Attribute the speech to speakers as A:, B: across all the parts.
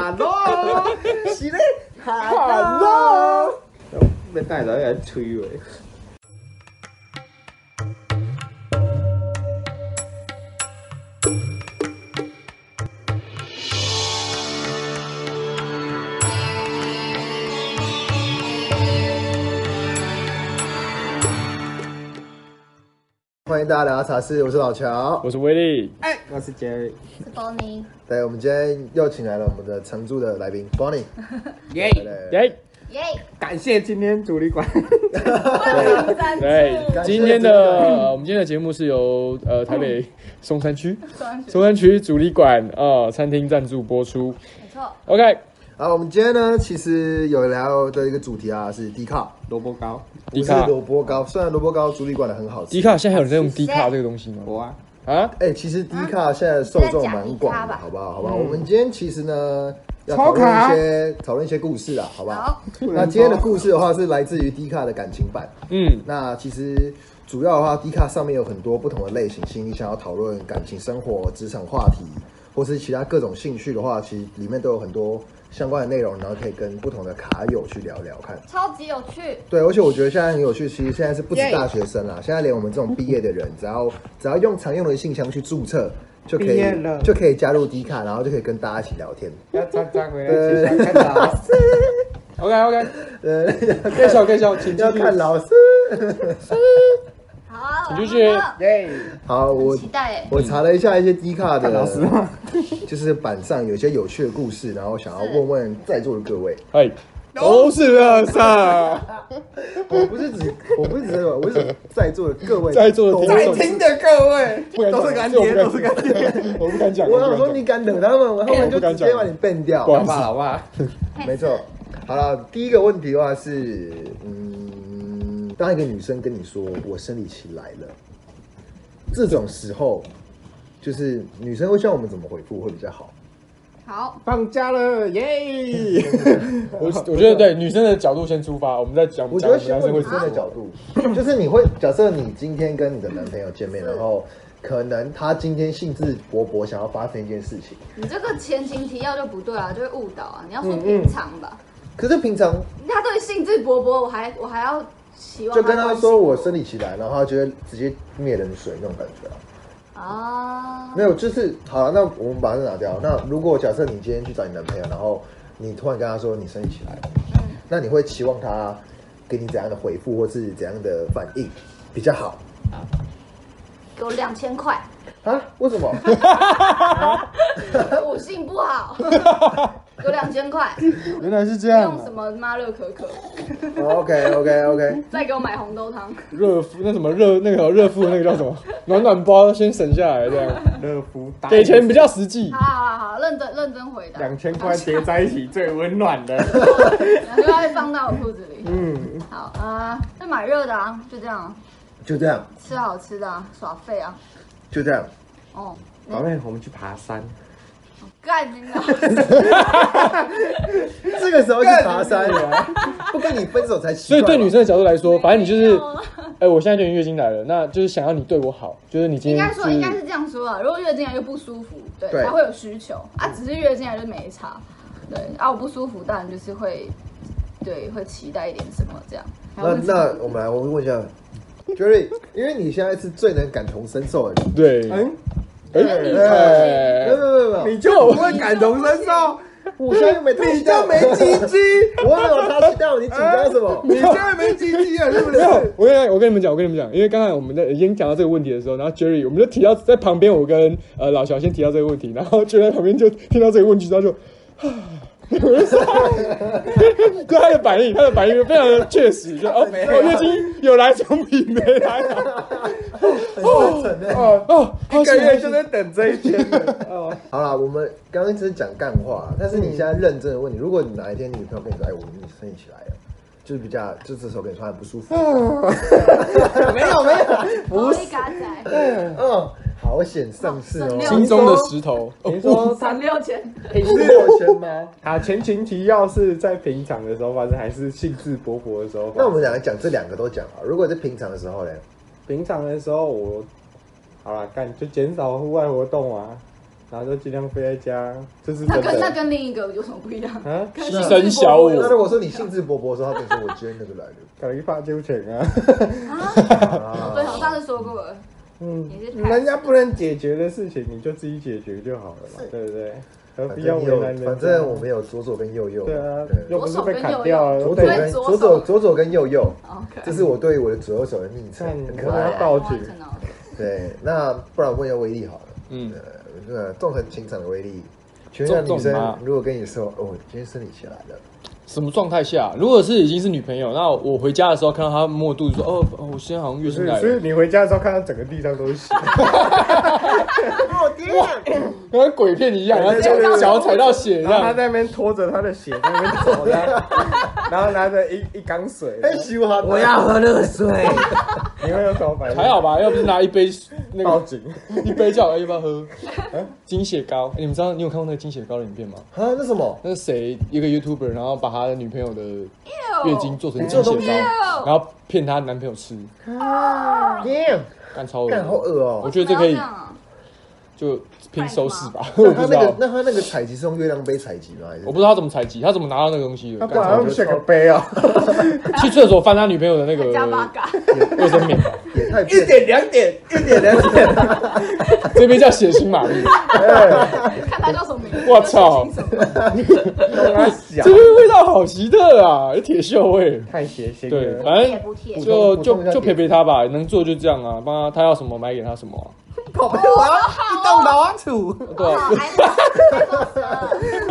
A: Hello，是 咧，Hello，要哦带来来吹话。欢迎大家来到茶室，我是老乔，
B: 我是威力，
A: 我是 Jerry。
C: 是 Bonnie，
A: 对，我们今天又请来了我们的常驻的来宾 Bonnie。
D: 耶！
A: 对，
B: 耶、
C: 耶！
D: 感谢今天主力馆，
C: 赞
B: 对，哎今天的、呃我们今天的节目是由呃台北松山区松山区主力馆呃餐厅赞助播出。
C: 没错，
B: OK，
A: 好，我们今天呢，其实有聊的一个主题啊，是低卡，
D: 萝卜糕，
A: 不
B: 迪
A: 是
B: 卡，
A: 萝卜糕。虽然萝卜糕主力管的很好吃，
B: 迪卡现在还有人在用迪卡这个东西吗？
D: 我啊，
B: 啊，
A: 哎、其实低卡现在受众蛮广的，
C: 嗯
A: 好不好？好不好？我们今天其实呢，要讨论一些讨论一些故事啊，好不好
C: 好？
A: 那今天的故事的话，是来自于低卡的感情版。
B: 嗯，
A: 那其实主要的话，低卡上面有很多不同的类型，其实你想要讨论感情生活、职场话题，或是其他各种兴趣的话，其实里面都有很多相关的内容，然后可以跟不同的卡友去聊聊看。
C: 超级有趣，
A: 对，而且我觉得现在很有趣，其实现在是不止大学生啦，现在连我们这种毕业的人，只要只要用常用的信箱去注册，就可
D: 毕
A: 以
D: 业了
A: 就可以加入迪卡，然后就可以跟大家一起聊天。
D: 要站站回来，去看到。OK OK，
A: 呃，
D: 可以笑可以笑，请继
A: 要
D: 续。
A: 看老师。
C: 好
B: 你就
C: 啊，然后
B: 是
C: 呢
D: 耶！
A: 好，我
C: 期待耶
A: 我查了一下一些迪卡的
D: 看老师吗？
A: 就是板上有一些有趣的故事，然后想要问问在座的各位，
B: 哎，都是啊乐色，
A: 我不是指我不是指我，我是指在座的各位，
B: 在座的听
D: 在
B: 众
D: 听的各位，
B: 不敢讲，
D: 都是干
B: 这我不
D: 爹，都是干爹。
B: 敢，我不敢讲，
A: 我
B: 不
A: 想
B: 敢
A: 说
B: 讲
A: 你敢等他们，我他们就直
B: 我不敢讲
A: 接把你变掉，
B: 不好
D: 好
B: 意
D: 吧
B: 思
D: 好吧，
A: 没错。好了，第一个问题的话是，嗯，当一个女生跟你说我生理期来了，这种时候，就是女生会希望我们怎么回复会比较好？
C: 好，
D: 放假了耶！
B: 我我觉得对女生的角度先出发，我们再讲，
A: 我觉
B: 讲
A: 得
B: 们
A: 先
B: 男
A: 问
B: 生
A: 女
B: 会
A: 生
B: 怎
A: 的
B: 么
A: 角
B: 做。
A: 度，就是你会假设你今天跟你的男朋友见面，然后可能他今天兴致勃勃想要发生一件事情，
C: 你这个前情提要就不对啊，就会误导啊。你要
A: 嗯
C: 说平常吧，
A: 可是平常
C: 他对兴致勃勃，我还我还要期望
A: 就跟他
C: 关心
A: 说我生理期来，然后他觉得直接灭人水那种感觉啊。
C: 啊
A: 没，有，就是好了，那我们把这拿掉。那如果假设你今天去找你男朋友，然后你突然跟他说你生理期来了，
B: 嗯
A: 那你会期望他给你怎样的回复，或是怎样的反应比较好
C: 给我两 千块，
A: 啊？为 什么？
C: 我性不 好，给我两千块，
B: 原来是这样
C: 用
B: 啊
C: 什，么妈热可可，
A: OK OK OK，
C: 再给我买红豆汤，
B: 热敷那什么热那个热敷那个叫什么暖暖包，先省下来这样。
D: 乐福达
B: 给钱比较实际
C: 好。好好好，认真认真回答，
D: 两千块叠在一起最温暖 的。
C: 然后就会放到我裤子里。
D: 嗯，
C: 好啊，再买热的啊，就这样啊，
A: 就这样，
C: 吃好吃的啊，耍废啊，
A: 就 这样。
C: 哦，
D: 宝贝，我们去爬山。
C: 干你娘！
A: 这个时候去爬山，啊不跟你分手才奇
B: 所
A: 怪
B: 以
A: 吧。
B: 对女生的角度来说，反正你就是
C: 没，有啊
B: 哎、我现在点月经来了，那就是想要你对我好，就是你今
C: 应
B: 天
C: 该说应该是这样说啊，如果月经来就不舒服，对，
A: 对
C: 才会有需求啊，只是月经来就没差，对啊，我不舒服，当然就是会，对，会期待一点什么这样。还有
A: 那
C: 问题
A: 那我们来，我们问一下 Jerry，因为你现在是最能感同身受的人，
B: 对，哎、
D: 嗯，
C: 你
A: 没有没有没有没有，
D: 你就不会感同身 受，
A: 我现在又没他
D: 你
A: 期待
D: 就
A: 我
D: 没鸡鸡，
A: 我有他期待我，你紧张什么？
D: 你就没鸡鸡了，是不
B: 没有
D: 是？，
B: 我跟你我跟你们讲，我跟你们讲，因为刚才我们在已经讲到这个问题的时候，然后 Jerry 我们就提到在旁边，我跟呃老乔先提到这个问题，然后 Jerry 在旁边就听到这个问题，他就。 我就说，他的反应，他的反应非常的确实，就哦，我月经有来总比没来好。
A: 很真诚的。
B: 哦哦，
D: 一
B: 好
D: 个
B: 险
D: 月就在等这一 天了。哦。
A: 好啦，我们刚刚只是讲干话，但是你现在认真的问你，如果你哪一天你女朋友跟你说，哎，我们女生一起来了，就是比较，就这时候跟你说很不舒服，
D: 没有没有，
C: 我一嘎仔，
A: 嗯，好险上市
C: 省
A: 哦
C: 六。
B: 心中的石头。
D: 你说他
C: 省哦六千，
D: 平日有钱吗？啊，前情提要是在平常的时候发生，还是兴致勃勃的时候发生？
A: 那我们两个讲这两个都讲啊，如果在平常的时候嘞，
D: 平常的时候我，好啦，干就减少户外活动啊，然后就尽量飞在家，这
B: 嗯
D: 是
C: 那
D: 真
C: 跟那
D: 的。
C: 跟另一个有什么不 一样？
D: 啊，
C: 跟
A: 是
C: 性
B: 生
C: 质
B: 小
C: 不一
A: 那
B: 我
C: 样
A: 如果说你兴致勃勃的时候，他跟你说我今天那个来
D: 搞一发就成啊。
A: 了，
C: 对，我上次说过了，
D: 嗯
C: 你是，太
D: 人家不能解决的事情，你就自己解决就好了嘛，对不对？何
A: 反
D: 必要
A: 正
D: 为
A: 有
D: 难人，家？
A: 啊反正我们有左左跟右右，
D: 对啊，
A: 对
D: 又不是被砍掉了，
A: 左
D: 对
A: 左
C: 右
A: 跟
C: 左
A: 左
C: 手
A: 手左手跟右右，
C: 哦 OK，
A: 这是我对我的左右手的昵称，
D: 看
A: 很可
D: 我要
A: 爱。
D: 报警，
C: 可能
A: 对，那不然我问一下威力好了，
B: 嗯，
A: 呃，那纵横情场的威力，全校女
B: 纵纵吗
A: 生如果跟你说，哦，今天生理期来了，
B: 什么状态下？如果是已经是女朋友，那我回家的时候看到她摸肚子说：“哦，哦我现在好像月
D: 所
B: 经
D: 以
B: 来
D: 所
B: 了。”
D: 以你回家的时候看到整个地上都是血，
B: 跟鬼片一样，然后
D: 对对对
B: 脚
D: 对
B: 脚踩到血这
D: 然后他
B: 样。
D: 在那边拖着他的血在那边走的，然后 拿着一一缸水，
B: 哎
A: 喜欢
D: 我要喝热水，你会有什么反应？
B: 还好吧，要不是拿一杯那
D: 报
B: 个
D: 警，
B: 一杯叫我哎要不要喝？精血膏、哎你们知道你有看过那个精血膏的影片吗？
A: 啊，那什么？
B: 那是谁一个 YouTuber，然后把他的女朋友的
C: 哦
B: 月经做
D: 哎
B: 成
A: 你
B: 精
A: 这
B: 血
A: 东西
B: 膏，然后骗她男朋友吃，
A: Damn，
B: 干超恶
A: 干好
B: 心。
A: 恶
B: 我
A: 哦。
B: 觉得这可
C: 不要
B: 以
C: 样啊
B: 就拼收视吧， 我
A: 那
B: 不
A: 他
B: 知
A: 那
B: 道
A: 个，那他那个采集是用月亮杯采集吗？还是
B: 我不知道他怎么采集，他怎么拿到那个东西的
D: 他？不然
B: 干
D: 用选个杯哦，
B: 去厕所翻他女朋友的那个
C: 加八嘎，
B: 卫生棉吧，
A: 也太变
D: 一点两点一点两点，
B: 这边叫血腥玛 丽，
C: 看他叫什么名字。
B: 我操
C: 就写清楚了
D: 让他 想
B: 这，边味道好奇特啊，有铁锈味。
D: 太血腥
B: 对，
D: 了，
B: 反
C: 贴
B: 正
C: 不贴？
B: 就
A: 补充补充一
B: 就
A: 下
B: 就陪陪他吧，能做就这样啊，帮他他要什么买给他什么啊、
D: 宝贝我要啊一栋老鼠，
B: 对啊
C: 好还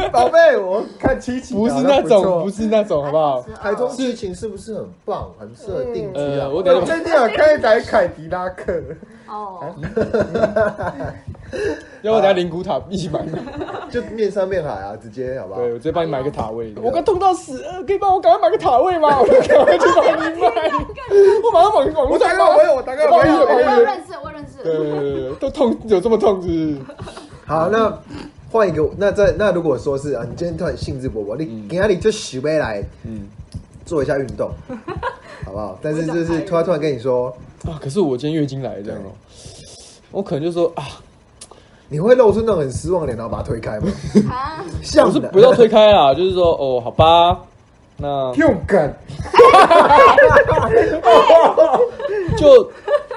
C: 是
D: 宝贝我看七七，
B: 不是那种，不
D: 不错
B: 是那种，好不好？
A: 台中剧情是不是很棒，很适合定居啊
B: 呃，？我等
D: 我
B: 一下
D: 最近有开一台凯迪拉克，
B: 哎
C: 哦，
B: 要不等一下灵骨塔一起买。
A: 就面山面海啊，直接好不好？
B: 对，我直接帮你买个塔位。我刚痛到死了，可以帮我赶快买个塔位 吗？我就赶快去帮你买， 我马上网网络
D: 我
B: 上
D: 打给我朋友，我打给我朋
B: 我打给
C: 我
D: 友，
C: 有认识，我有认识。
B: 对对对对，都痛，有这么痛是不是？
A: 好，那换一个，那再那如果说是啊，你今天突然兴致勃勃，你给他你就洗杯来
B: 嗯
A: 做一下运 动，好不好？但是就是突然突然跟你说，
B: 啊，可是我今天月经来了这样哦，我可能就说啊，
A: 你会露出那种很失望的脸，然后把他推开吗？
C: 啊，
A: 像
B: 我是
A: 的
B: 不要推开啦， 就是说哦，好吧， 那
D: 用梗，
B: 就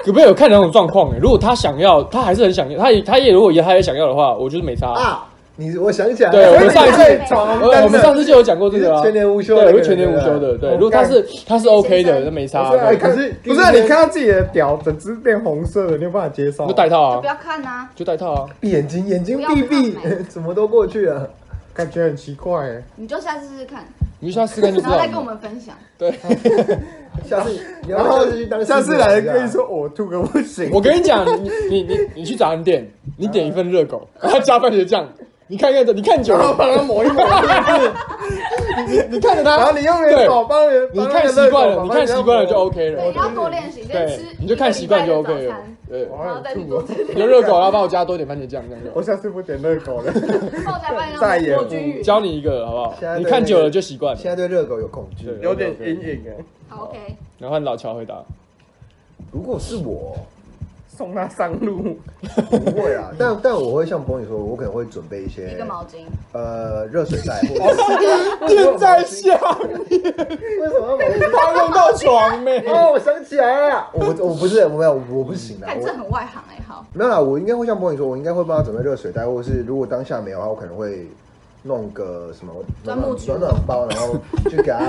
B: 可不可以有看哪种状况？哎，如果他想要，他还是很想要，他也他也如果也他也想要的话，我就是没差。
A: 啊！你我想起来了，
B: 哎
A: 哎
B: 对，我们上一次
D: 所以你可以闯红
B: 呃，我
D: 灯
B: 们
D: 的
B: 上次就有讲过这个
A: 你
B: 啊，
A: 是全年无休的
B: 对，
A: 那
B: 我
A: 个
B: 是全年无休
A: 对
B: 的，
A: 不
B: 对。如果他是他是 OK 的，那没差，
A: 哎可
B: 对
A: 是第一
D: 不是
A: 天
D: 你看到自己的屌整只变红色的，你有办法接
A: 哦
D: 受？
B: 就戴套
C: 就
B: 啊，
C: 不要看啊，
B: 就戴套啊。
A: 闭眼睛，眼睛
C: 不要
A: 闭
C: 看美
A: 闭，怎么都过去了。
D: 感觉很奇怪哎。
C: 你就下次试试看，
B: 你去他试看就知
C: 然后
B: 道
C: 再跟我
B: 了。
C: 们分享。
B: 对，
A: 下次你要
D: 然
A: 不要
D: 后
A: 下次去当
D: 下次
A: 试
D: 来
A: 管
D: 了
A: 婴儿
D: 跟你说我吐个不行，
B: 我跟你讲，你你你你去早餐店，你点一份热狗，然后加番茄酱，你看看你看久
D: 然后
B: 了，
D: 帮他抹一抹，
B: 你你看着
D: 然后
B: 他，
D: 你用你的手帮人，
B: 你看习惯了，你看习惯了就 OK
C: 对，
B: 了
C: 你。要多练习，先
B: 对
C: 吃，，
B: 你就看习惯就 OK 了
C: 了。。
B: 对，
D: 我
C: 然后再去
D: 吐
C: 做
D: 哦，
B: 你就热狗，然后帮我加多一点番茄酱，这样就好。
D: 我下次不点热狗了。
C: 后才发现
D: 再也
C: 做均匀。
B: 教你一个好不
A: 现在
B: 好？
A: 对
B: 你看久了就习惯了
A: 现。在对热狗有恐惧。
B: 对
D: 有 点阴影哎。
C: 好 OK，
B: 然后换老乔回答，
A: 如果是我，
D: 送他上路，
A: 不会啦，但但我会像朋友说，我可能会准备一
C: 一
A: 些
C: 个毛巾，
A: 呃热水袋，或者是
B: 正在下，
A: 为什么要毛巾？
B: 他弄到床妹。
A: 哦，我想起来了，我我不是我没有我不行啦，啊
C: 看这
A: 我
C: 很外行哎，好，
A: 没有啦，我应该会像朋友说，我应该会帮他准备热水袋，或者是如果当下没有的话，啊我可能会弄个什么
C: 钻木取火
A: 暖暖包，然后就给他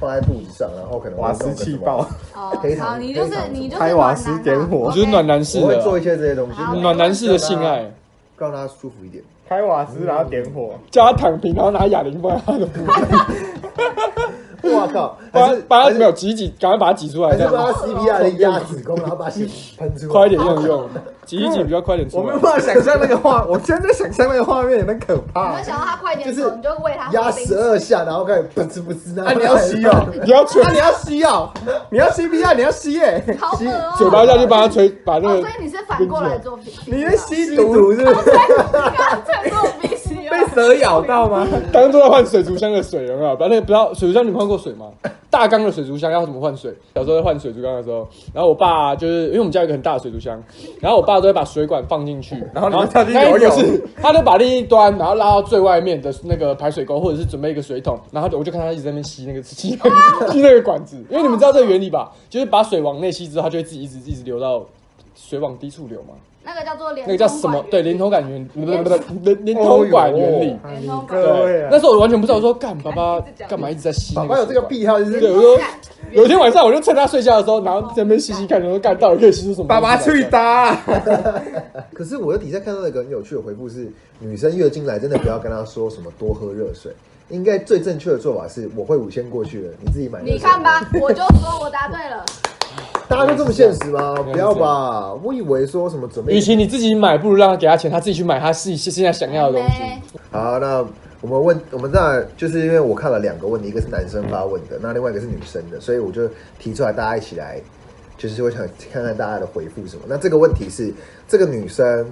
A: 放在肚子上，然后可能会
D: 瓦斯
A: 弄个什
D: 气
A: 么
D: 爆，，
C: 哦
A: 非，常
C: 好，你就
A: 非
C: 是
A: 常
C: 你就是啊
D: 开瓦斯点火
B: 我就是暖
C: 男
B: 男式
A: 我会做
B: 的，
A: 一些这些东西，
C: 好
B: 暖男式的性爱，
A: 让他舒服一点。
D: 开瓦斯然后点火，
B: 叫他躺平，然后拿哑铃放在他的腹部，
A: 哇靠，
B: 把
A: 还是
B: 把他
A: 还
B: 怎
A: 是
B: 么有挤一挤，赶快把它挤出来，
A: 还
B: 这
A: 是
B: 样
A: 把他 CPR 的压子宫，然后把血喷出来，
B: 快一点用一用，挤一挤比较快点
D: 我
B: 出
D: 没
B: 来
D: 有。办法想象那个画， 我现在想象那个画面有点可
C: 你
B: 啊
D: 怕
C: 们。想要他快点
A: 就
C: 走，
A: 是
C: 你就喂他
A: 压
C: 喝冰
A: 十二下，然后开始噗呲噗呲。
D: 啊，你 要吸哦，
B: 你要吹
D: 啊，你要吸哦，你要 CPR，你要吸耶，
C: 好恶哦
B: 嘴巴下去帮他吹，把那个
C: 哦，啊所以你是反过来做 B，
D: 你是吸
A: 吸
D: 毒
B: 啊
A: 毒是不是？
C: 刚才做啊 B C
D: 被 蛇咬到吗？
B: 当做在换水族箱的水，有没有？把那个不要水族箱，你们换过水吗？大缸的水族箱要怎么换水？小时候在换水族缸的时候，然后我爸就是因为我们家有一个很大的水族箱，然后我爸都会把水管放进去，
D: 然后你们跳进
B: 那
D: 哦游
B: 一个
D: 泳
B: 是他就把另一端，然后拉到最外面的那个排水沟，或者是准备一个水桶，然后我就看他一直在那边吸那个吸那个吸那个管子，因为你们知道这个原理吧？就是把水往内吸之后，它就会自己一直一直流到水往低处流嘛。
C: 那个叫做连
B: 那个叫什么？对，连头感原，不不不不，连连头管原理。
D: 哎
C: 连通管
D: 各位
B: 对
D: 啊，，
B: 那时候我完全不知道，我说干爸爸干嘛一直在吸那
A: 宝
B: 个
A: 宝
B: 水管？
A: 有这个癖好，就是
B: 对，我说有一天晚上我就趁他睡觉的时候，然后在那边吸吸看，然后干到底可以吸出什么？
D: 爸爸去！打。
A: 可是我在底下看到一个很有趣的回复是，女生月经来真的不要跟她说什么多喝热水，应该最正确的做法是，我会五千过去了，你自己买。
C: 你看吧，，我就说我答对 了，
A: 大家都这么现实吗？
B: 样
A: 不要吧，我以为说什么准备
B: 与。其你自己买，不如让他给他钱，他自己去买他自己现在想要的东
C: 没
B: 西。
A: 好，那我们问，我们那就是因为我看了两个问题，一个是男生发问的，那另外一个是女生的，所以我就提出来，大家一起来，就是我想看看大家的回复什么。那这个问题是，这个女生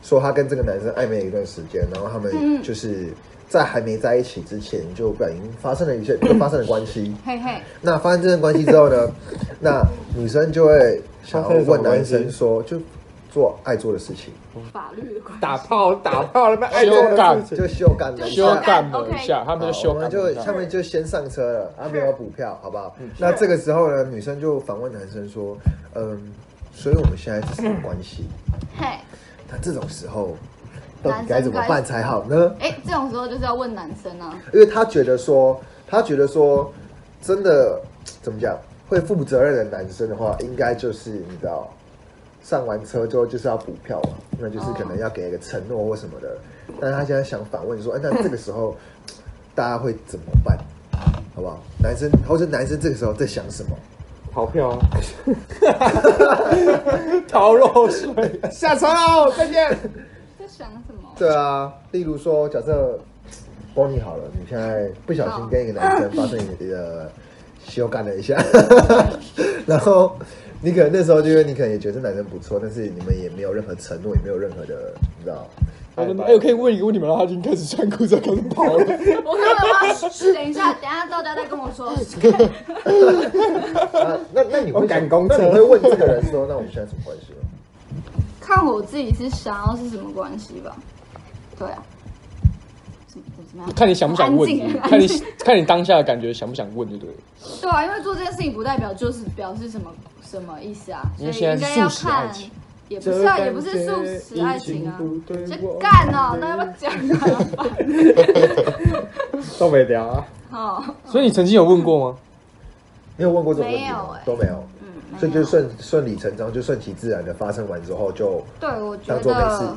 A: 说她跟这个男生暧昧一段时间，然后他们就是在还没在一起之前就不小心发生了一些，就发生了关系。
C: 嘿嘿，
A: 那发生这段关系之后呢， 那女生就会想要问男生说，就做爱做的事情，
C: 法律的关系。
D: 打炮打炮了吧？ 哎，
B: 修改
D: 这
A: 就
D: 个事情
A: 修改了一
B: 修
A: 下。
B: 干了一下，他们就
A: 好，
B: 修
A: 我们
B: 干
A: 就
B: 了一
A: 下
B: 下。
A: 面就先上车了，啊，没有补票，好不好？
B: 嗯
A: 那这个时候呢，女生就反问男生说，嗯，所以我们现在是什么关系？
C: 嘿，
A: 那这种时候到底该怎么办才好呢？
C: 哎，这种时候就是要问男生啊，
A: 因为他觉得说，他觉得说，真的怎么讲，会负责任的男生的话，应该就是你知道，上完车之后就是要补票嘛，那就是可能要给一个承诺或什么的。但是他现在想反问说，哎，那这个时候大家会怎么办？好不好？男生或者男生这个时候在想什么？
D: 逃票啊，
B: 逃漏税，
D: 下船喽，再见。
C: 在想什么？
A: 对啊，例如说，假设光你好了，你现在不小心跟一个男生发生你的修改了一下， 然后你可能那时候就是你可能也觉得这男生不错，但是你们也没有任何承诺，也没有任何的，你知道。
B: 他说哎，我可以问一个问题吗？然后他已经开始穿裤子开始跑了。
C: 我可能要等一下，等一下到家再跟我说。
A: 啊、那那你会
D: 我赶公
A: 那
D: 车
A: 你会问这个人说，那我们现在什么关系吗？
C: 看我自己是想要是什么关系吧。对啊，怎么怎么样？
B: 看你想不想
C: 安静
B: 问，
C: 安
B: 看你
C: 静
B: 看你当下的感觉想不想问就对了。
C: 对啊，因为做这件事情不代表就是表示什么什么意思啊，
B: 因为
C: 所以
B: 现在
C: 应该要
B: 是素食爱
C: 看
B: 情，
C: 也不是啊，也不是素食爱情啊，就干哦，那要不要讲啊？
D: 都没聊啊。
C: 哦，
B: 所以你曾经有问过吗？
A: 你有问过这种问题
C: 没有
A: 吗？
C: 欸
A: 都没有，
C: 嗯，没有
A: 所以就顺顺理成章，就顺其自然的发生完之后就
C: 对，我觉
A: 当作没事
C: 得，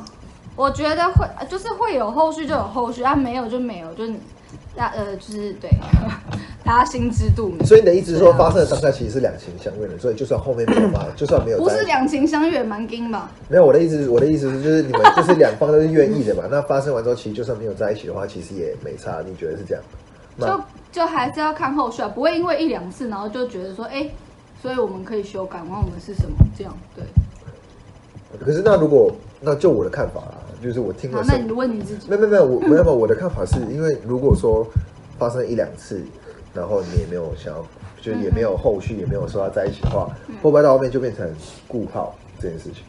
C: 我觉得会就是会有后续就有后续，啊没有就没有，就是大呃就是对， 大家心知肚明。
A: 所以你的意思是说，发生的当下其实是两情相悦的，所以就算后面没有发，就算没有
C: 不
A: 在一
C: 是
A: 起
C: 两情相悦蛮硬吧？
A: 没有，我的意思，我的意思是，就是你们就是两方都是愿意的嘛。那发生完之后，其实就算没有在一起的话，其实也没差。你觉得是这样？
C: 就
A: 那
C: 就还是要看后续啊，不会因为一两次，然后就觉得说，哎、所以我们可以修改，然后我们是什么这样？对，
A: 可是那如果那就我的看法啦，啊就是我听
C: 好
A: 了，是
C: 那，你问你自 己，
A: 没有没有没有，我没有没有我的看法是因为如果说发生一两次，然后你也没有想要，就也没有后续，也没有说要在一起的话，
B: 嗯
A: 会不会到后面就变成顾炮这件事情？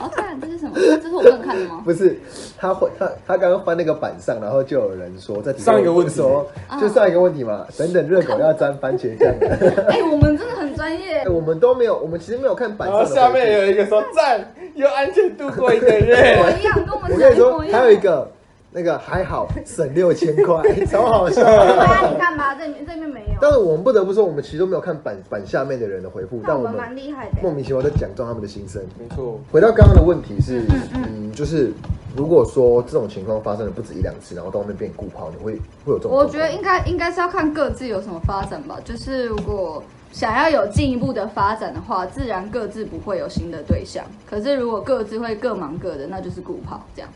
C: 哦，看这是什么？这是我不能看的吗？
A: 不是，他会他他刚刚翻那个板上，然后就有人说在底下
B: 上一个问题啊
A: 说，就上一个问题嘛，等等热狗要沾番茄酱的。
C: 哎、我们真的很专业
A: 哎、，我们都没有，我们其实没有看板
D: 然
A: 上的
D: 后下
A: 回
D: 面
A: 复
D: 有一个说赞，又安全度过一个
C: 一
D: 月。
C: 模一哎样，跟我们
A: 我
C: 讲
A: 跟
C: 一
A: 你说
C: 模，一样。
A: 还有一个那个还好省六千 块，超好笑。
C: 对啊，你看吧，这里面这里面没有，
A: 但是我们不得不说，我们其实都没有看板板下面的人的回复，
C: 那
A: 但
C: 我
A: 我
C: 们
A: 们
C: 蛮厉害的、
A: 莫名其妙在讲中他们的心声。
B: 没错，
A: 回到刚刚的问题是，嗯，就是如果说这种情况发生了不止一两次，然后到后面变固炮，你会会有这种状况？
C: 我觉得应该应该是要看各自有什么发展吧。就是如果想要有进一步的发展的话，自然各自不会有新的对象。可是如果各自会各忙各的，那就是顾跑这样，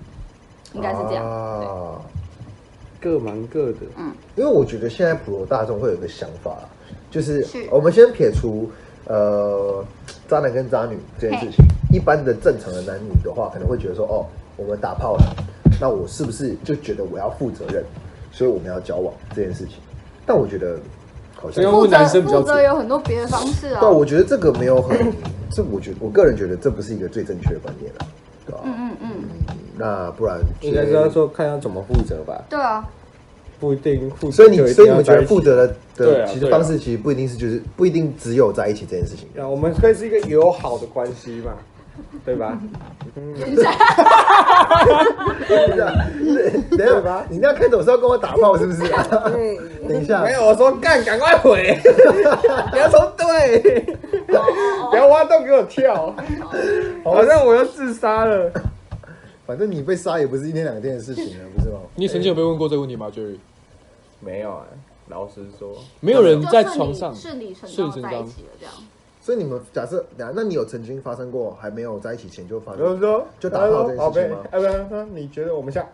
C: 应该是这样。
A: 啊
D: 各忙各的，
A: 因为我觉得现在普罗大众会有一个想法，就是
C: 是
A: 我们先撇除呃渣男跟渣女这件事情，一般的正常的男女的话，可能会觉得说，哦，我们打炮了，那我是不是就觉得我要负责任，所以我们要交往这件事情？但我觉得好像
B: 不要
C: 负
B: 问
C: 责
B: 男生比较
C: 负责
B: 准
C: 有很多别的方式啊
A: 对，。我觉得这个没有很，这我觉得我个人觉得这不是一个最正确的观念了，对吧、
C: 嗯嗯嗯，
A: 那不然
D: 应该是要，说看要怎么负责吧，
C: 对啊，
D: 不一定负责。
A: 所以你所以你们觉得负
D: 责？
A: 责的
B: 对
A: 的
B: 啊
A: 其实
B: 对啊
A: 方式其实不一定是就是不一定只有在一起这件事情。
D: 啊，我们可以是一个友好的关系嘛， 对吧？
A: 是啊等一下，你这样开头是要跟我打炮是不是？ 等一下
D: 没，有，我说干，赶快 回，不要说对，不要挖洞给我跳，哦好像我要自杀了。
A: 反正你被杀也不是一天两天的事情了，不是吗？
B: 你曾经有被问过这个问题吗，Jerry？
D: 没有啊，老实说，
B: 没有人在
C: 就顺
B: 床
C: 理
B: 上，
C: 顺理成
B: 顺理成
C: 章在一
B: 章
C: 起了，这样。
A: 所以你们假设，等一下那你有曾经发生过还没有在一起前就发
D: 比如
A: 生？
D: 说
A: 就打炮这件事情吗
D: 宝贝，要不然说你觉得我们像，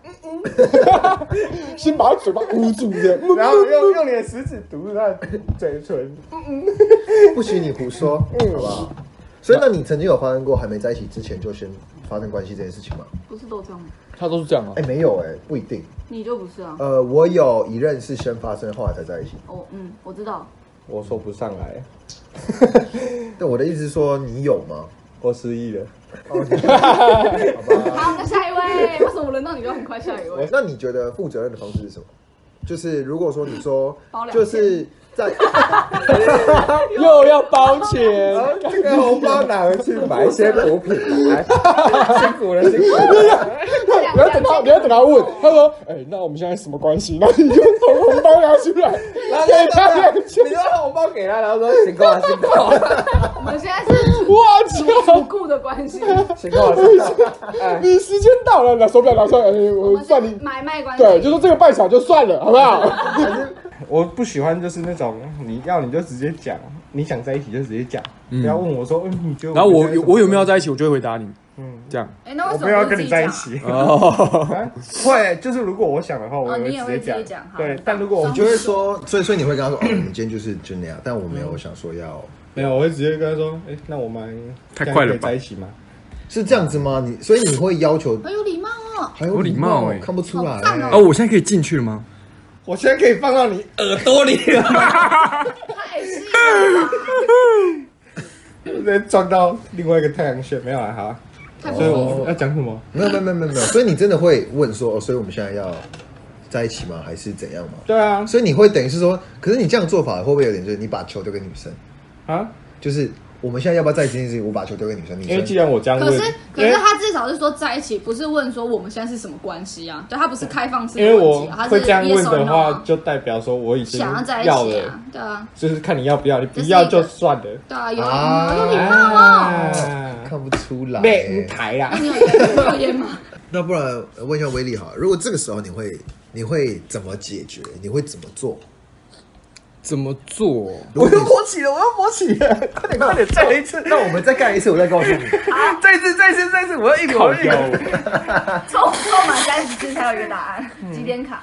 B: 先把他嘴巴捂住的。
D: 嗯然后用用你的食指堵住他的嘴唇，
A: 不许你胡说，好不好？所以那你曾经有发生过还没在一起之前就先发生关系这件事情吗？
C: 不是都这样吗？
B: 他都是这样啊
A: 哎、，没有哎、不一定。
C: 你就不是啊？
A: 呃，我有一任是先发生，后来才在一起。
C: 哦，嗯，我知道。
D: 我说不上来，
A: 但我的意思是说，你有吗？
D: 我失忆了。
C: 好，那下一位， 为什么轮到你就很快下一位？
A: 那你觉得负责任的方式是什么？就是如果说你说
C: 包，两千
A: 就是在
B: 又要包钱，
D: 然后 这个红包拿回去买一些补品 来，辛苦了，辛苦了。
B: 你要等他，你要等他问，他说：“哎、那我们现在什么关系？”然后你就从红包拿出来，
D: 然后
B: 给他两千
D: 你，就把红包给他，然后说辛苦了，辛苦了，
C: 我们现在是
B: 我
C: 主
B: 操！
C: 顾的关系，
D: 辛苦了，辛苦了。哎，
B: 你时间到了，拿手表拿出来，哎、
C: 我
B: 我
C: 们
B: 算
C: 是
B: 你，
C: 买卖关系。
B: 对，就说这个半小就算了，好不好？
D: 我不喜欢就是那种你要你就直接讲，你想在一起就直接讲，不要问我说，嗯，你觉得？在？
B: 在一起，我就会回答你，
D: 嗯，
B: 这样。
C: 哎，那为
D: 我
C: 什
D: 没
C: 么
D: 有要
C: 不
D: 跟
C: 自
D: 你
C: 己
D: 在一
C: 讲啊
D: 起。
B: 哦，
D: 啊会，就是如果我想的话，我
C: 哦你也
D: 会
C: 会自己
D: 讲
C: 讲。好
D: 对，但如果我
C: 双
A: 就会说，所以所以你会跟他说，哦，我们今天就是就那样，但我没有想说要
D: 没有，我会直接跟他说，哎，那我们
E: 太快了吧
D: 这样可以在一起吗？
A: 是这样子吗？你所以你会要求
C: 很有礼貌哦。
A: 很有
E: 有礼貌欸
A: 看不出来
C: 好赞
E: 哦，我现在可以进去了吗？
D: 我现在可以放到你 耳朵里了，
C: 太细了吧，
D: 直接撞到另外一个太阳穴，没有啊，好啊。
C: 太不
D: 所以
C: 细了。
B: 哦
D: 我要讲什么？
A: 没有没有没有没有没有，所以你真的会问说，哦，所以我们现在要在一起吗？还是怎样吗？
D: 对啊，
A: 所以你会等于是说，可是你这样做法会不会有点就是你把球丢给女生，
D: 啊，
A: 就是我们现在要不要在一起这件事情，我把球丢给女生，女
D: 因为既
A: 生
D: 然我这样问，
C: 可是，可
D: 因
C: 是
D: 为
C: 他至少是说在一起，不是问说我们现在是什么关系啊？对，他不是开放式
D: 因为
C: 的问
D: 我
C: 题啊，他是
D: 会这样
C: yes
D: 问
C: or
D: 的
C: no
D: 话，
C: 啊
D: 就代表说我已经
C: 想要在一
D: 要
C: 起
D: 了
C: 啊，，对啊，
D: 就是看你要不要，你不
C: 这是一
D: 要
C: 个
D: 就算了。
C: 对啊，有有
A: 啊
C: 有礼貌啊，
D: 啊
A: 看不出来、
D: 擂台 啦，
C: 你有烟吗？你有烟吗？
A: 那不然呃问一下威力哈，如果这个时候你会你会怎么解决？你会怎么做？
B: 怎么做？
A: 如果你
D: 勃起了，我又勃起了，快点快点，再来一次，
A: 那我们再干一次，我再告诉你。
D: 再一次，再一次，再一次，我要一口一口。
C: 凑凑满三十次才有一个答案，
D: 嗯
C: 几点卡？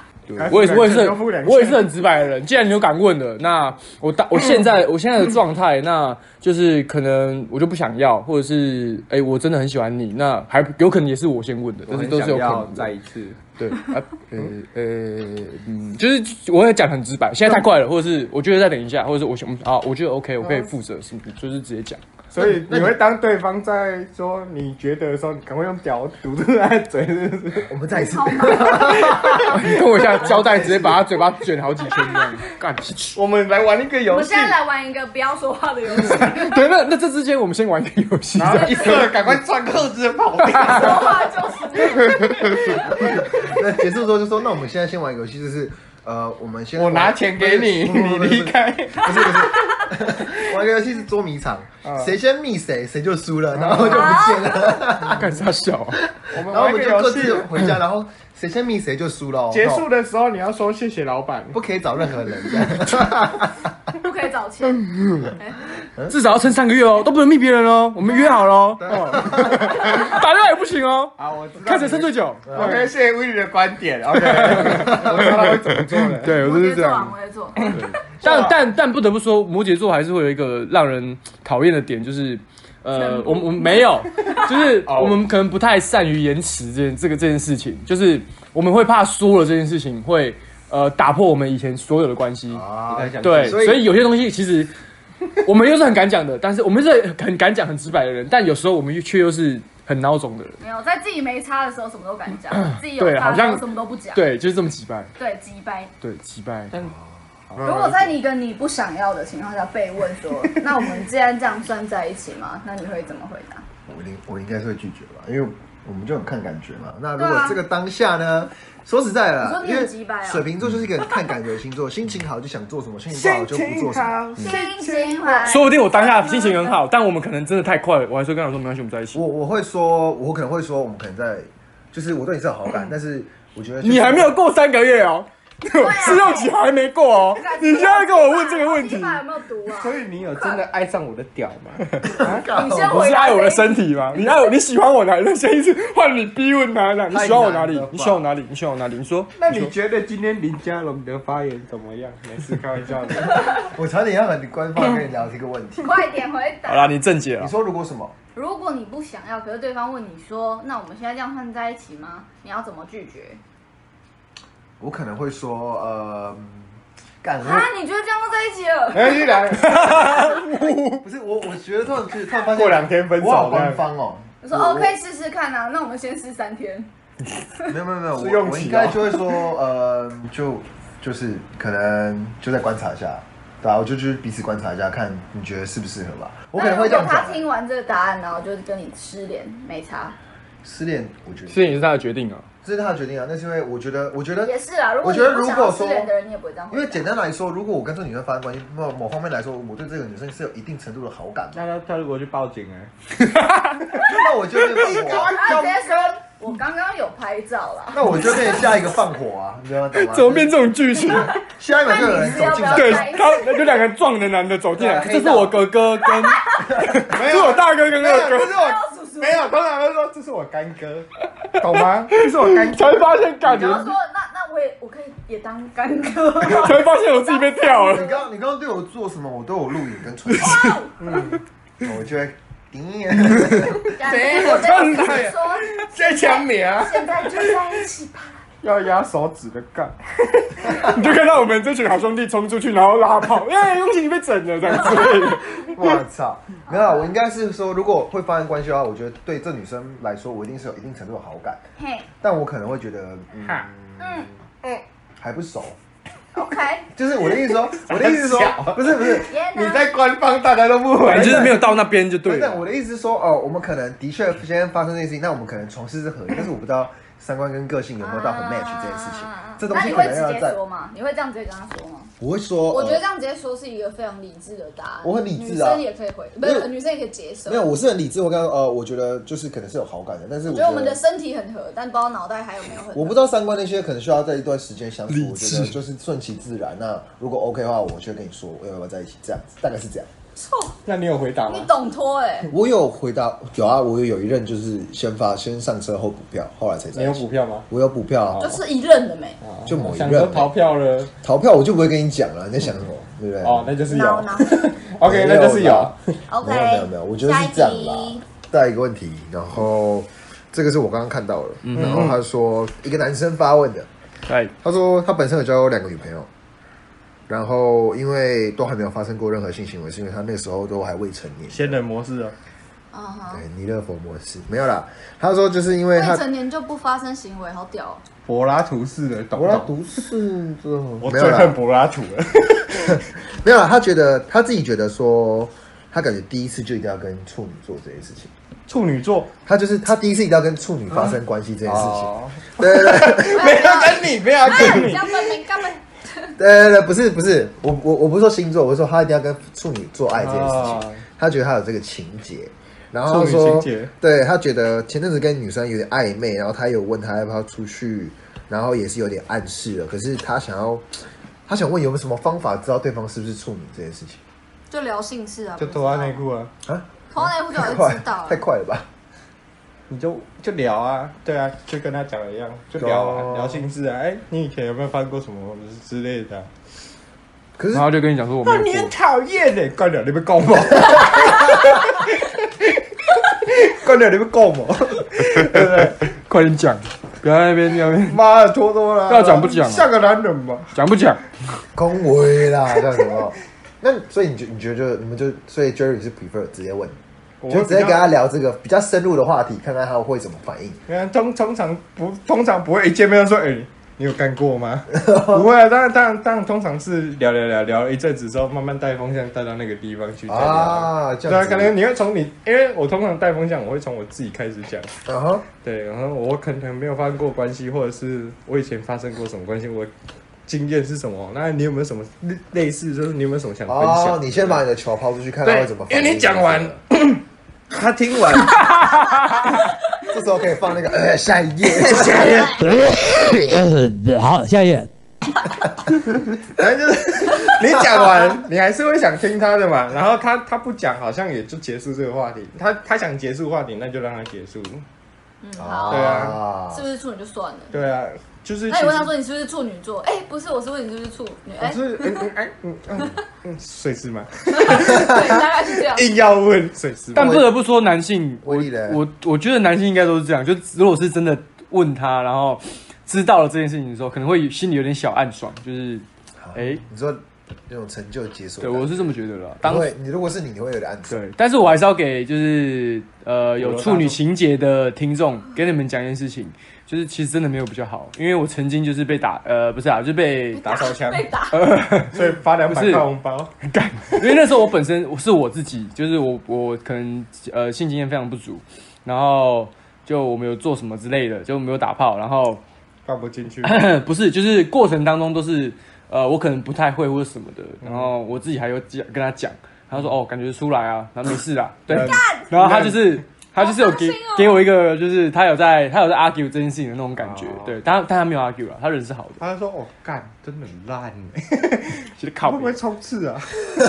B: 我也是，我也是
D: 要付哎两千
B: 很，我也是很直白的人。既然你都敢问了，那我大我现在我现在的状态，那就是可能我就不想要，或者是哎、我真的很喜欢你，那还有可能也是我先问的，但是都是有可能的。
D: 一次，
B: 对啊，呃呃，嗯，就是我也讲得很直白，现在太快了，或者是我觉得再等一下，或者是我想啊，我觉得 OK，我可以负责，是就是直接讲。
D: 所以你会当对方在说你觉得的时候，你赶快用屌堵住他的嘴，是不是？
A: 我们再一次，
B: 你跟我一下交代，直接把他嘴巴卷好几圈这样，干。
D: 我们来玩一个
C: 我
D: 游
C: 们
D: 戏
C: 现，在来玩一个不要说话的游 戏，
B: 对，那那这之间我们先玩一个游戏，这
D: 然后
B: 样
D: 一射，赶快穿扣子 跑掉。
C: 说话就是
A: 那结束之后就说，那我们现在先玩一个游戏，就是呃，我们先
D: 我拿钱给你，
A: 不是
D: 你离。开。
A: 不是不是不是不是， 玩个游戏是捉迷藏，
D: 嗯
A: 谁先密谁，谁就输了，然后就不
C: 嗯
A: 见了，
B: 干啥小啊？
D: 我们
A: 然后我
D: 玩一
A: 们
D: 个
A: 就
D: 游
A: 各
D: 戏
A: 自，回家，然后谁先密谁就输了哦。
D: 结束的时候你要说谢谢老板。
A: 不可以找任何人这样。
C: 不可以找钱，
D: 嗯
C: 哎
B: 至少要撑三个月哦，都不能密别人哦，我们约好了哦，哦打电话也不行哦，
D: 好，我知道。
B: 看谁撑最久。
D: OK，谢谢威利的观点。OK，我 知道他会怎么做了。
B: 对，我
C: 我
B: 就
C: 也
B: 是这
C: 做完，
B: 样。
C: 我也做。
B: 但但但不得不说，摩羯座还是会有一个让人讨厌的点，就是呃，我们我们没 有，就是
D: 哦
B: 我们可能不太善于延迟这件这个这件事情，就是我们会怕说了这件事情会呃打破我们以前所有的关系。
D: 不太想
B: 对，
D: 听
B: 啊所以有些东西其 实我们又是很敢讲的，但是我们是很敢讲、很直白的人，但有时候我们却又是很孬种的人。
E: 没有在自己没差的时候什么都敢 讲，自己有
B: 对
E: 差
B: 好
E: 的时候
B: 像
E: 什么都不讲，
B: 对，就是这么几掰。
E: 对，鸡掰。
B: 对，几掰。
D: 但
C: 如果在你一个你不想要的情况下被问说， 那我们既然这样算在一起吗？那你会怎么回答？
A: 我一定我应该是会拒绝吧，因为我们就很看感觉嘛。那如
C: 对
A: 果
C: 啊
A: 这个当下呢，说实在的啦，
C: 你说你
A: 因
C: 很
A: 为
C: 鸡掰啊
A: 水瓶座就是一个很看感觉的星座，心情好就想做什么，心情不好
D: 心
A: 就不
D: 情
A: 做什么。
D: 好，
C: 心情怀
B: 说不定我当下心情很好，但我们可能真的太快了，我还是跟他说没关系，我们在一起。
A: 我我会说，我可能会说，我们可能在，就是我对你是有好感，但是我觉得就是
B: 你还没有过三个月哦， 试用期还没过哦，你现在跟我问这个问题，
C: 啊你有没有毒啊？
D: 所以你有真的爱上我的屌 吗？
C: 你先
B: 你
C: 回
B: 是
C: 答
B: 爱我的
C: 这一
B: 身
C: 题
B: 体吗？你爱我，你喜欢我哪里？那现在一直换你逼问哪哪？你喜欢我哪
A: 太难
B: 里
A: 了吧？
B: 你喜欢我哪里？你喜欢我哪里？你说，
D: 那你觉得今天林家龙的发言怎么样？没事，开玩笑的。
A: 我差点要很官方跟你聊这个问题。
C: 快点回
B: 好
C: 答。
B: 啦，你正解
D: 嗯
A: 你
B: 了。
A: 说如果什么？
C: 如果你不想要，可是对方问你说，那我们现在这样算在一起吗？你要怎么拒绝？
A: 我可能会说，呃，嗯干，
C: 啊，你觉得这样就在一起了？
D: 哎，一来
A: 我不是我，我觉得突然就是突然发现，
D: 过两天分手
A: 我好官方哦。
C: 我说 OK，试试看啊。那我们先试三天。
A: 没有没有没有，
D: 试用
A: 我我
D: 期
A: 应该
D: 哦
A: 就会说，呃，就就是可能就再观察一下，对吧、啊？我就去彼此观察一下，看你觉得适不适合吧。我可能会这样
C: 那如果
A: 讲啊
C: 他。听完这个答案，然后就跟你失联，没差。
A: 失恋，我觉得
B: 是你是他的决定啊。
A: 这是他的决定啊。那是因为我觉得，我觉得
C: 也是啊，如
A: 呃我
C: 果
A: 觉得
C: 你不
A: 如
C: 想
A: 果
C: 要失
A: 说
C: 联的人，你也不会这样回
A: 因
C: 答。
A: 为简单来说，如果我跟这个女生发生关系，某某方面来说，我对这个女生是有一定程度的好感的，
D: 那他他如果去报警哎，
A: 那我就会变放火啊、
C: 他直接说，哎我刚刚有拍照啦。
A: 那我就变下一个放火啊，你知道吗？懂吗
B: 怎么变这种剧情？
A: 下一秒就有人走进来，
B: 对他，那就两个壮的男的走进来，
A: 对
B: 这是我哥哥跟，这是我大哥跟
D: 没有，
B: 二
D: 这是
B: 哥，
D: 我
A: 哎
D: 没有，通常都说这是我干哥，懂 吗？这是我干
B: 才
D: 哥。
B: 发现感
C: 然后
B: 觉，
C: 说，那那我也我可以也当干哥吗。
B: 才发现我自己被跳
A: 你
B: 了。
A: 刚刚你刚刚对我做什么？我都有录影跟存档，我就会顶。
C: 对 我跟你说，
D: 在抢你啊！
C: 现在就在一起吧。
D: 要压手指的干，
B: 你就看到我们这群好兄弟冲出去，然后 拉炮，哎，恭喜你被整了，这样 之类的。
A: 我操！没有啦，我应该是说，如果会发生关系的话，我觉得对这女生来说，我一定是有一定程度的好感，
C: 嘿，
A: 但我可能会觉得，嗯，
D: 哈
C: 嗯嗯
A: 还不熟。
C: ，OK，
A: 就是我的意思 说，我的意思说，不是不是，
C: 耶
D: 你
C: 呢？
D: 在官方大家都不回，
B: 你就是没有到那边就对
A: 对，但
B: 了。
A: 我的意思是说，哦，我们可能的确先发生这件事情，那我们可能从事是合理，但是我不知 道三观跟个性有没有到很 match 这件事
C: 啊
A: 情，这东
C: 嗯那
A: 西
C: 你
A: 可
C: 会
A: 能
C: 直
A: 要
C: 接
A: 在，
C: 说吗？你会这样直接跟他说吗？
A: 我会说，
C: 我觉得
A: 呃
C: 这样直接说是一个非常理智的答案。
A: 我很理智啊
C: 女生也可以回，不
A: 没有
C: 是女生也可以接受。
A: 没有，我是很理智，我刚刚呃，我觉得就是可能是有好感的，但是我
C: 我
A: 觉
C: 觉
A: 得
C: 得我们的身体很合，但不知道脑袋还有没有很合。
A: 我不知道三观那些可能需要在一段时间相处
B: 理，
A: 我
B: 智
A: 觉得就是顺其自然。那如果 OK 的话，我就会跟你说我要不要在一起，这样子大概是这样。
D: 那你有回答
C: 你
D: 吗？
C: 懂拖哎，
E: 欸
A: 我有回答有啊，我有一任就是先发先上车后补票，后来才
D: 你
A: 在
D: 有
A: 一起。
D: 股票吗？
A: 我有补票啊
C: 就，是一任的没。
A: 就某一
D: 想说
A: 任
D: 逃票了，
A: 逃票我就不会跟你讲了，你在想什么，对不对？
D: 哦，那就是 有。
C: 挠挠
D: OK，那就是有。
A: 没有没有没有，我觉得是这样啦。再一个问题，然后这个是我刚刚看到了，
D: 嗯
A: 然后他说一个男生发问的，
B: 对，
A: 他说他本身有交过两个女朋友，然后因为都还没有发生过任何性行为，是因为他那时候都还未成年。
D: 仙人模式啊，
C: 嗯哼，
A: 对，弥勒佛模式没有啦。他说就是因为
C: 未
A: 他
C: 成年就不发生行为，好屌哦。
D: 柏拉图式的，懂不
A: 柏拉
D: 懂？
A: 图式之后
D: 我
A: 没
D: 最
A: 有
D: 恨
A: 啦，
D: 柏拉图了。
A: 没有啦。他觉得他自己觉得说，他感觉第一次就一定要跟处女做这件事情。
D: 处女座，
A: 他就是他第一次一定要跟处女发生关系这件事情。
D: 哦
A: 对对对
D: 没有跟你，没有跟 你。
C: 要不然干嘛？
A: 对对对，不是不是，我我我不是说星座，我是说他一定要跟处女做爱这件事情。
D: 哦
A: 他觉得他有这个情节，然后他
D: 处女
A: 说
D: 情节，
A: 对他觉得前阵子跟女生有点暧昧，然后他有问他要不要出去，然后也是有点暗示了，可是他想要，他想问有没有什么方法知道对方是不是处女这件事情
C: 就聊性事啊，
D: 就
C: 不知
D: 脱
C: 道
D: 下内，裤啊，
A: 啊？
C: 脱内裤
A: 太
C: 早就
A: 快
C: 知道
A: 太
C: 了。
A: 快了吧？
D: 你就就聊啊，对啊，就跟他讲的一样，就聊啊，
A: 哦
D: 聊心事啊。哎，你以前有没有翻过什么之类的啊？
A: 可是
B: 然后就跟你讲说我没有
D: 欸你很
B: 过，
D: 讨厌的，干了你被告吗？ 干掉你们够吗？ 对不对？
B: 快点讲，不要在那边 那边
D: 妈的，拖拖拉拉，
B: 要讲不讲啊
D: 像个男人吧。
B: 讲不讲？
A: 恭维 啦，这样子哦。那所以你就你觉得就你们就所以 Jerry 是 prefer 直接问，
D: 我
A: 就直接跟他聊这个比较深入的话题，看看他会怎么反应。
D: 你看，通通常不通常不会一见面就说，哎、你有干过吗？ 不会啊，当然当然当然，通常是聊聊聊聊一阵子之后，慢慢带风向带到那个地方去再聊。
A: 啊这
D: 对
A: 样
D: 啊，
A: 子
D: 可能你会从你，因为我通常带风向，我会从我自己开始讲。
A: 嗯哼，
D: 对，然后我可能没有发生过关系，或者是我以前发生过什么关系，我经验是什么？那你有没有什么类类似，就是你有没有什么想分享？
A: 哦，你先把你的球抛出去，看他
D: 对
A: 会怎么，
D: 因
A: 反应。
D: 为你讲完，他听完，
A: 这时候可以放那个呃下一页，
F: 好，下一页。
D: 反正就是你讲完，你还是会想听他的嘛。然后他他不讲，好像也就结束这个话题。他他想结束话题，那就让他结束。
E: 嗯，
A: 啊
E: 好，
D: 对
E: 是不是处女就算了。
D: 对啊，就是
E: 那你
D: 其
E: 问
D: 实
E: 他说你是不是处女座？哎，不是，我是问你是不是处女？
D: 我
E: 哎，
D: 是嗯嗯哎嗯嗯嗯，水是吗？
E: 对，大概是这 样。
D: 硬要问水是吗？
B: 但不得不说，男性，我
A: 威力嘞
B: 我我觉得男性应该都是这样，就如果是真的问他，然后知道了这件事情的时候，可能会心里有点小暗爽，就是，哎、
A: 你说那种成就解锁
B: 对
A: 感，
B: 我是这么觉得的啦。
A: 因
B: 当
D: 啊
A: 为你如果是你，你会有点暗爽。
B: 对，但是我还是要给就是呃有处女情节的听众，给你们讲一件事情，就是其实真的没有比较好，因为我曾经就是被打，呃，不是啊，就被
D: 打手 枪，
E: 被打，
D: 所以发两
B: 不
D: 百
B: 是
D: 块红包。
B: 因为那时候我本身我是我自己，就是我我可能呃性经验非常不足，然后就我没有做什么之类的，就没有打炮，然后
D: 放不进去，
B: 不是就是过程当中都是呃我可能不太会或者什么的，然
D: 嗯
B: 后我自己还有讲跟他讲，他说哦感觉出来啊，然后没事啦，对，
D: 嗯
B: 然后他就是。他就是有给、
E: 好伤心哦
B: 给我一个，就是他有在他有在 argue 这件事情的那种感觉，
D: 哦
B: 对，但但他没有 argue 了，他人是好的，
D: 他就说：“哦，干，真的很烂欸，
B: 其实靠
D: 会
B: 北
D: 不会冲刺啊
B: 然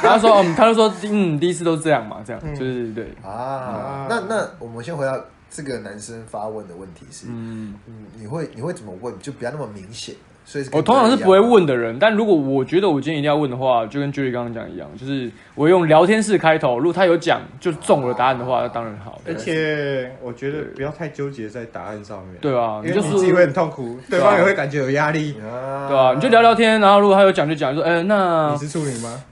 B: 后他说，嗯，他就说，嗯，第一次都是这样嘛，这样、
D: 嗯
B: 就是对，
A: 啊
D: 啊，
A: 那那我们先回到这个男生发问的问题是，
B: 嗯，
A: 嗯，你会你会怎么问？就不要那么明显，所以是跟
B: 我哦通常是不会
D: 啊
A: 别人一样
B: 问的人，但如果我觉得我今天一定要问的话，就跟 Jerry 刚刚讲一样，就是我用聊天室开头，如果他有讲就中我的答案的话，那当然好。？”
D: 而且我觉得不要太纠结在答案上面，
B: 对啊，
D: 因为
B: 你就
D: 你自
B: 是
D: 己会很痛苦，对
B: 啊
D: 方也会感觉有压力。
A: 啊，
B: 对啊，你就聊聊天，然后如果他有讲就讲，就说，哎、那
D: 你是处女吗？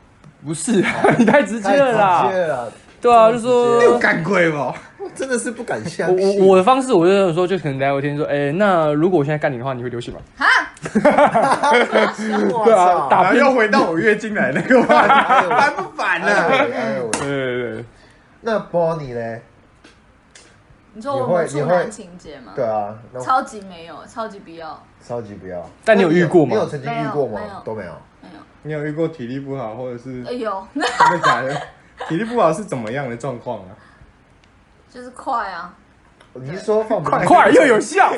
B: 不是 啊，你太直接
A: 太
B: 了
A: 直接
B: 啦，
A: 了，
B: 对啊，就
A: 这么
B: 说
A: 直接。
D: 干鬼吧？
A: 真的是不敢相
B: 我
A: 信。
B: 我我的方式，我就想说，就可能聊聊天说，哎、那如果我现在干你的话，你会流血吗？
A: 我
B: 对啊，
D: 然
B: 打
D: 后
B: 偏，
D: 又回到我月经来那个话 题，
A: 哎
D: 烦不烦啊呢？
B: 对对对，
A: 那 Bonnie 呢？
E: 你说我们
A: 你会
E: 处
A: 你会
E: 男情节吗？
A: 对啊，那
E: 超级没有，超级必要，
A: 超级不要。
B: 但你有遇过吗
A: 你有曾经遇过
E: 没有没
A: 吗
E: 有？
A: 都没有。
E: 没有。
D: 你有遇过体力不好，或者是
E: 哎呦，
D: 真的假的？ 体力不好是怎么样的状况啊？
E: 就是快啊，
A: 你是说放不
B: 快快又有效，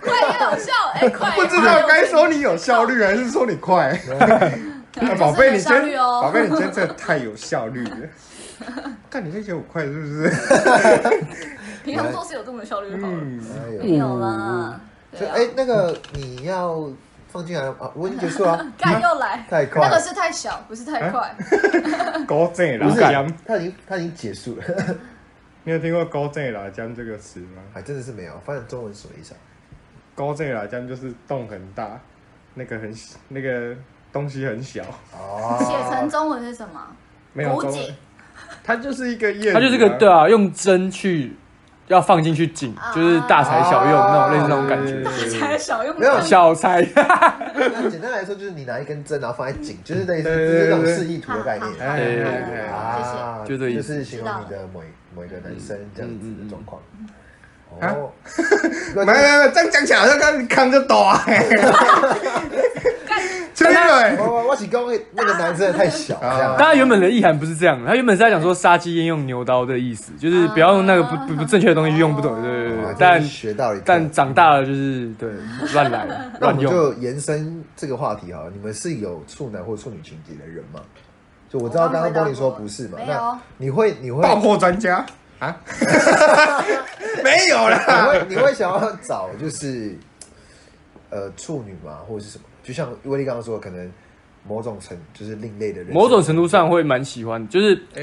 E: 快也有 效，哎，快
D: 不知道该说你有效率还是说你 快。哎
E: 就是
D: 宝贝，你
E: 很有效率
D: 今天
E: 哦
D: 宝贝，你今天真的太有效率 了。看你在觉得我快是不是？
E: 平常做事有这么效率就好了，
D: 嗯，
A: 哎呦，
E: 没有啦。
A: 所
E: 对
A: 以
E: 啊
A: 哎，那个你要放进来了吗啊？我已经结束 了，
E: 干又来，
A: 太快
E: 那个是太小，不是太快。
D: 高正
A: 不
D: 老
A: 是
D: 姜，，
A: 他已经他已经结束了，
D: 你有听过高正老姜这个词吗？
A: 还真的是没有。翻译中文是什么意思啊？
D: 高正老姜就是洞很大，那个很那个东西很小，
E: 写成
A: 哦，
E: 中文是什么？
D: 没有
E: 古
D: 中
E: 井
D: 文， 它就是一个谚语啊，
B: 它就是个对啊，用针去要放进去紧，就是大材小用那种类似那种感觉，
D: 对
E: 才小用
A: 没有
B: 小材。
A: 那简单来说就是你拿一根针，然后放在颈，就是类似
D: 对对
A: 就是那种
D: 对对
A: 示意图的概念。
D: 哎
B: 对
D: 哎哎哎
A: 啊，
B: 就这意思
A: 就是形容你的某一某一个男生这样子的状况。
D: 嗯
A: 哦，
D: 没没没，这样讲起来好像刚扛着抖啊，真的，
A: 我我我只刚刚那个男生也太小，
D: 啊
A: 这样
B: 但它原本的意涵不是这样，它原本是在讲说杀鸡焉用牛刀的意思，就是不要用那个不不不正确的东西去用不懂，对对对
A: 哇
B: 对。
A: 真
B: 但
A: 啊是学到了一课，
B: 但长大了就是对乱来
A: 那我
B: 乱
A: 们
B: 用，
A: 就延伸这个话题哈，你们是有处男或处女情节的人吗？就我知
E: 我
A: 道
E: 刚
A: 刚刚
E: 回答
A: 帮你说
E: 过
A: 不是嘛，
E: 没有
A: 那你会你会
D: 爆破专家啊， 没有
A: 你
D: 啦，
A: 会你会想要找就是呃处女嘛，或者是什么？就像威力刚刚说，可能某种程就是另类的人，
B: 某种程度上会蛮喜欢，就是
D: 哎，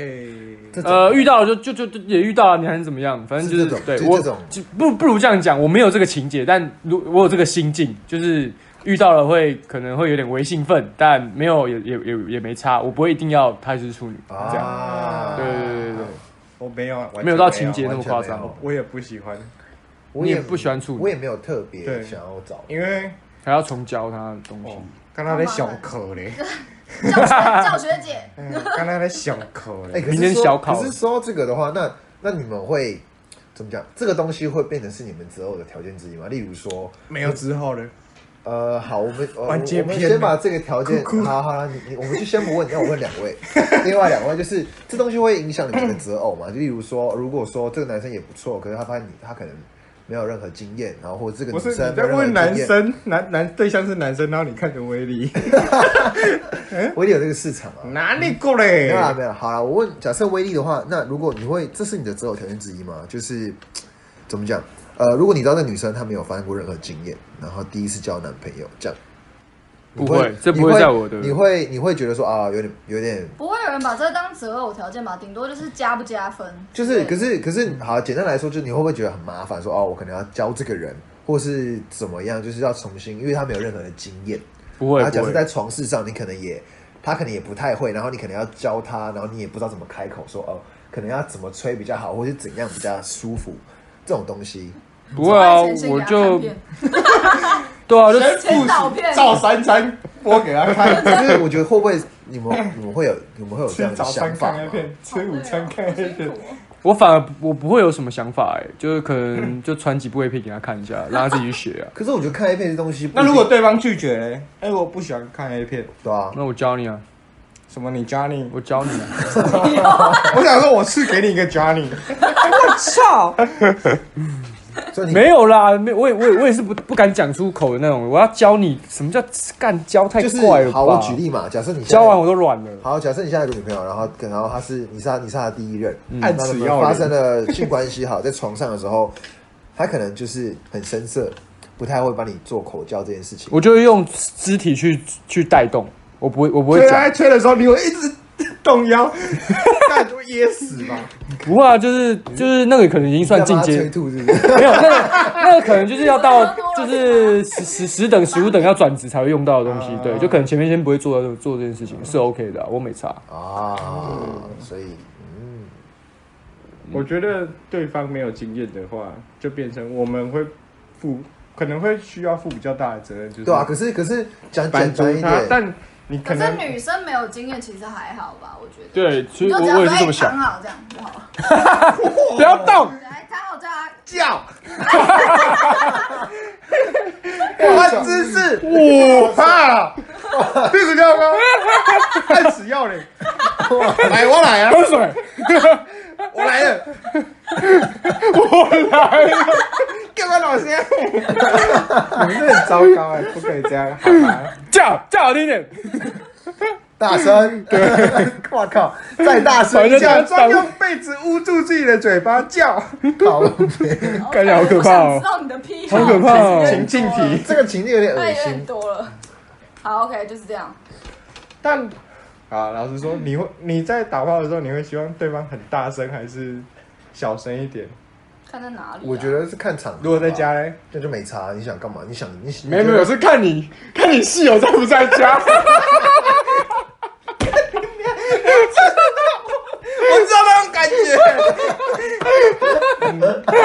A: 这种
B: 呃遇到了就就就就也遇到了，你还能怎么样？反正就是
A: 这种
B: 对
A: 就是
B: 我
A: 这种
B: 就不不如这样讲，我没有这个情节，但如我有这个心境，就是遇到了会可能会有点微兴奋，但没有也也也也没差，我不会一定要她就是处女这样。
A: 啊，
B: 对对对对对，
D: 我没有，啊完全
B: 没有到情节那
A: 完
B: 么
A: 全
B: 夸
A: 没
B: 张
A: 有，
D: 我也不喜欢，
A: 我
B: 你也不喜欢处女
A: 我也没有特别
D: 对
A: 想要找，
D: 因为
B: 还要重教她的东西
D: 哦。，刚才在小口嘞，
E: 叫学叫学姐，
D: 嗯刚才在小口
A: 哎，
D: 嘞，
A: 可
B: 明
A: 是
B: 天
A: 说
B: 小考
A: 可是说到这个的话，那那你们会怎么讲？这个东西会变成是你们择偶的条件之一吗？例如说，
D: 没有之后嘞，
A: 呃，好，我们呃
D: 完结
A: 我们
D: 篇
A: 先
D: 了
A: 把这个条件，
D: 哭哭
A: 好好了，你你，我们就先不问，你要我问两位，另外两位就是这东西会影响你们的择偶嘛？就例如说，如果说这个男生也不错，可是他发现你他可能没有任何经验，然后或者这个
D: 不
A: 女
D: 是
A: 生没有
D: 你在
A: 任何
D: 问男
A: 经验，
D: 生，男男对象是男生，然后你看着威力，
A: 我也有这个市场啊。
D: 哪里过
A: 没
D: 嘞
A: 有？啦，没有啦。好了，我问，假设威力的话，那如果你会，这是你的择偶条件之一吗？就是怎么讲？呃，如果你知道那女生她没有发生过任何经验，然后第一次交男朋友，这样你
B: 不会这不会
A: 你
B: 在我的
A: 你会你会觉得说啊，有点有点，
E: 不会有人把这个当择偶条件吧？顶多就是加不加分，
A: 就
E: 对
A: 是可是可是好，简单来说，就是你会不会觉得很麻烦？说哦，我可能要教这个人，或是怎么样，就是要重新，因为他没有任何的经验。
B: 不会
A: 然后啊假
B: 不
A: 设
B: 会，
A: 在床事上，你可能也他可能也不太会，然后你可能要教他，然后你也不知道怎么开口说哦，可能要怎么吹比较好，或是怎样比较舒服，这种东西。
B: 不会啊，
E: 走在前线
B: 我
E: 给他
B: 就
E: 看片
B: 对啊，就
E: 前导片
D: 照三餐播给他看，
A: 可是我觉得会不会你们你们会有你们会有这
D: 吃
A: 样的
D: 早
A: 想
D: 餐
A: 法
D: 看
A: 吗
D: A？片，吃午餐看 A
E: 好辛
D: 片
E: 苦，哦
B: 我反而不我不会有什么想法哎、就是 可能就传几部 A 片给他看一下，让他自己去学啊。
A: 可是我觉得看 A 片这东西不一定，
D: 那如果对方拒绝嘞，哎，我不喜欢看 A 片，
A: 对啊，
B: 那我教你啊，
D: 什么你 Johnny，
B: 我教你啊。
D: 我想说我是给你一个 Johnny，
A: 所以你
B: 没有啦，没我也我也我也是不不敢讲出口的那种。我要教你什么叫干教，太
A: 就是
B: 怪了吧？
A: 好，我举，例嘛，假设你现在
B: 教完我都软了。
A: 好，假设你现在有个女朋友，然后跟然后她是你是她你是她的第一任，那
D: 嗯按
A: 你
D: 此
A: 们
D: 要
A: 发
D: 领
A: 生了性关系，好， 在床上的时候，她可能就是很生涩，不太会帮你做口交这件事情。
B: 我就会用肢体去去带动，我不会我不会
D: 所以他
A: 啊
B: 讲
D: 在，吹的时候，你会一直动 腰，那你就会噎死吧？
B: 不会啊，就是就是那个可能已经算 进
A: 你在
B: 阶
A: 帮她催，吐是不是？
B: 没有那个那个可能就是要到
E: 你不要多了
B: 就是十十十等十五等要转职才会用到的东西
D: 啊，
B: 对，就可能前面先不会做到做这件事情是 OK 的啊，我没差。
A: 啊，所以嗯，
D: 嗯我觉得对方没有经验的话，就变成我们会负，可能会需要负比较大的责任，就是
A: 对啊，可是可是讲
D: 满
A: 简
D: 足
A: 单一
D: 他
A: 点，，
D: 但你
E: 可
D: 可
E: 是
D: 能
E: 女生没有经验，其实还好吧？我觉得。
B: 对，
E: 你
B: 所以
E: 就
B: 我
E: 只要
B: 我也
E: 说哎
B: 是这么想
E: 躺。好这样就好了。
B: 不要动，
E: 来躺好这样啊，
D: 叫。换姿势，我怕了，屁 股叫吗？ 按死要嘞！来，我来啊，
B: 喝水，
D: 我来了，
B: 我来了。
D: 干嘛 老师？你们这很糟糕哎，不可以这样，好吗？
B: 叫叫好听一点，
A: 大 声， 我靠，再大声
B: 反正
A: 一
D: 假
A: 下，
D: 装用被子捂住自己的嘴巴叫，
A: 好，
B: 感觉好可怕
E: 我想
B: 哦
E: 知，道你的癖好，
B: 好可怕
D: 情
B: 哦。
D: 境题。
A: 这个情境有点
E: 那
A: 恶
E: 哎有点
A: 心。
E: 多了。好，OK，就是这样。
D: 但啊，老实说，你会你在打炮的时候，你会希望对方很大声还是小声一点？
E: 看在哪里啊？
A: 我觉得是看场合吧，
D: 如果在家嘞，
A: 那就没差，你想干嘛？你想你你
B: 哎没有没有，是看你看你室友在不在 家。
D: 我知道那种感觉。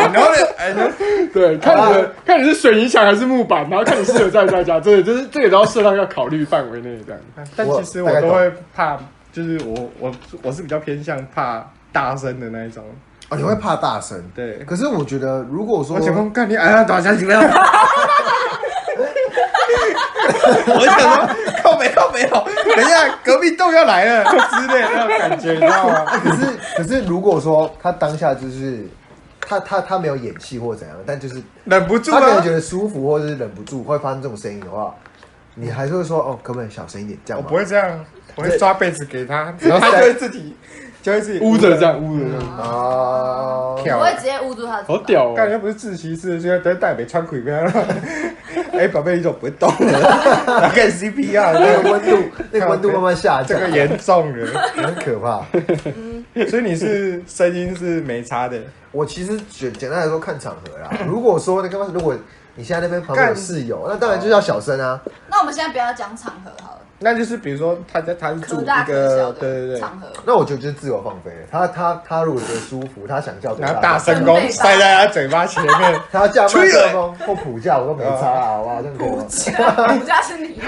D: 然后嗯呢，哎，
B: 对，看你的看你是水泥墙还是木板，然后看你室友在不 在家。这个就是这个都要设到要考虑范围内这样。
D: 哎但其实我都会怕，就是我我我是比较偏向怕大声的那一种。
A: 哦，你会怕大声，
D: 对
A: 可是我觉得，如果说
D: 我 想说，看你哎呀，打下去 了。我想说，靠没靠没有，等一下隔壁洞要来了之类的那种感觉，你知道吗？
A: 可是可是如果说他当下就是他他他没有演戏或怎样，但就是
D: 忍不住啊
A: 他可能
D: 了
A: 觉。得舒服，或者是忍不住会发生这种声音的话，你还是会说哦，可不可以小声一点？这
D: 我
A: 样吗
D: 不会这样，我会抓被子给他，
A: 然
D: 然
A: 后
D: 后
A: 塞
D: 他就会自己，就会自己
B: 捂着这样，捂着这样，
A: 啊，
D: 跳啊
E: 我。会直接捂住他的嘴
B: 好
E: 巴。
B: 屌
D: 感
B: 哦！
D: 觉不是自习室，就是等戴北穿鬼边了。啊 哎，宝贝，你怎么不动了？ 然后开始 CPR，
A: 那
D: 那
A: 个
D: 个
A: 温度，那个温度慢慢 下
D: 这
A: 降，
D: 个严重了。
A: 很可怕。
D: 所以你是声音是没差的，
A: 我其实简简单来说看场合啦。如果说那个，如果你现在那边旁边有
D: 干
A: 室友，那当然就是要小声啊。
C: 那我们现在不要讲场合好了，
D: 那就是比如说他在他是住
C: 可
D: 一
C: 大可小
D: 个，对
C: 的
D: 对对，
C: 场合。
A: 那我觉得就是自由放飞。他他他如果觉得舒服，他想叫多
D: 然后大声
C: 准
D: 公
C: 备吧
D: 塞在他嘴巴前 面，
A: 他要叫麦
D: 吹
A: 克
D: 了
A: 风或普教我都没差啦，好 不好？这样可以吗？
C: 我家是你，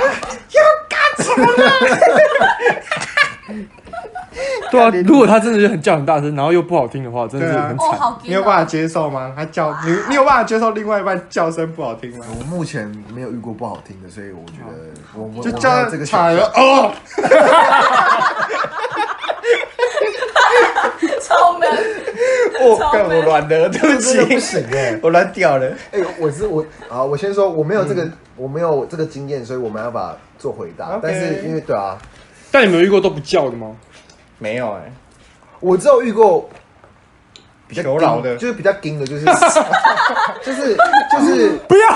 B: 对啊，如果他真的就很叫很大声，然后又不好听的话，真的
D: 对
B: 是
D: 啊
B: 很，
C: 哦，
B: 惨。
C: 好
D: 你
C: 丢
D: 有办法接受吗？他 叫你，你有办法接受另外一半叫声不好听吗？
A: 哎我目前没有遇过不好听的，所以我觉得我我
D: 就
A: 我没
D: 叫
A: 有这个选
D: 惨了
A: 项。
D: 哦，
C: 超 闷，
D: 我
C: 超
D: 哦干我
C: 美
D: 软了，对不
A: 真的不
D: 起，
A: 行哎、
D: 我软掉了。
A: 哎、我是我啊，我先说我没有这个、我没有这个经验，所以我没办法做回答。
D: 嗯 OK
A: 但是因为对啊，
B: 但你们有遇过都不叫的吗？
D: 没有哎，
A: 我只有遇过比较
D: 求饶
A: 硬
D: 的
A: 就是比较硬的，就是就是就是
B: 不要，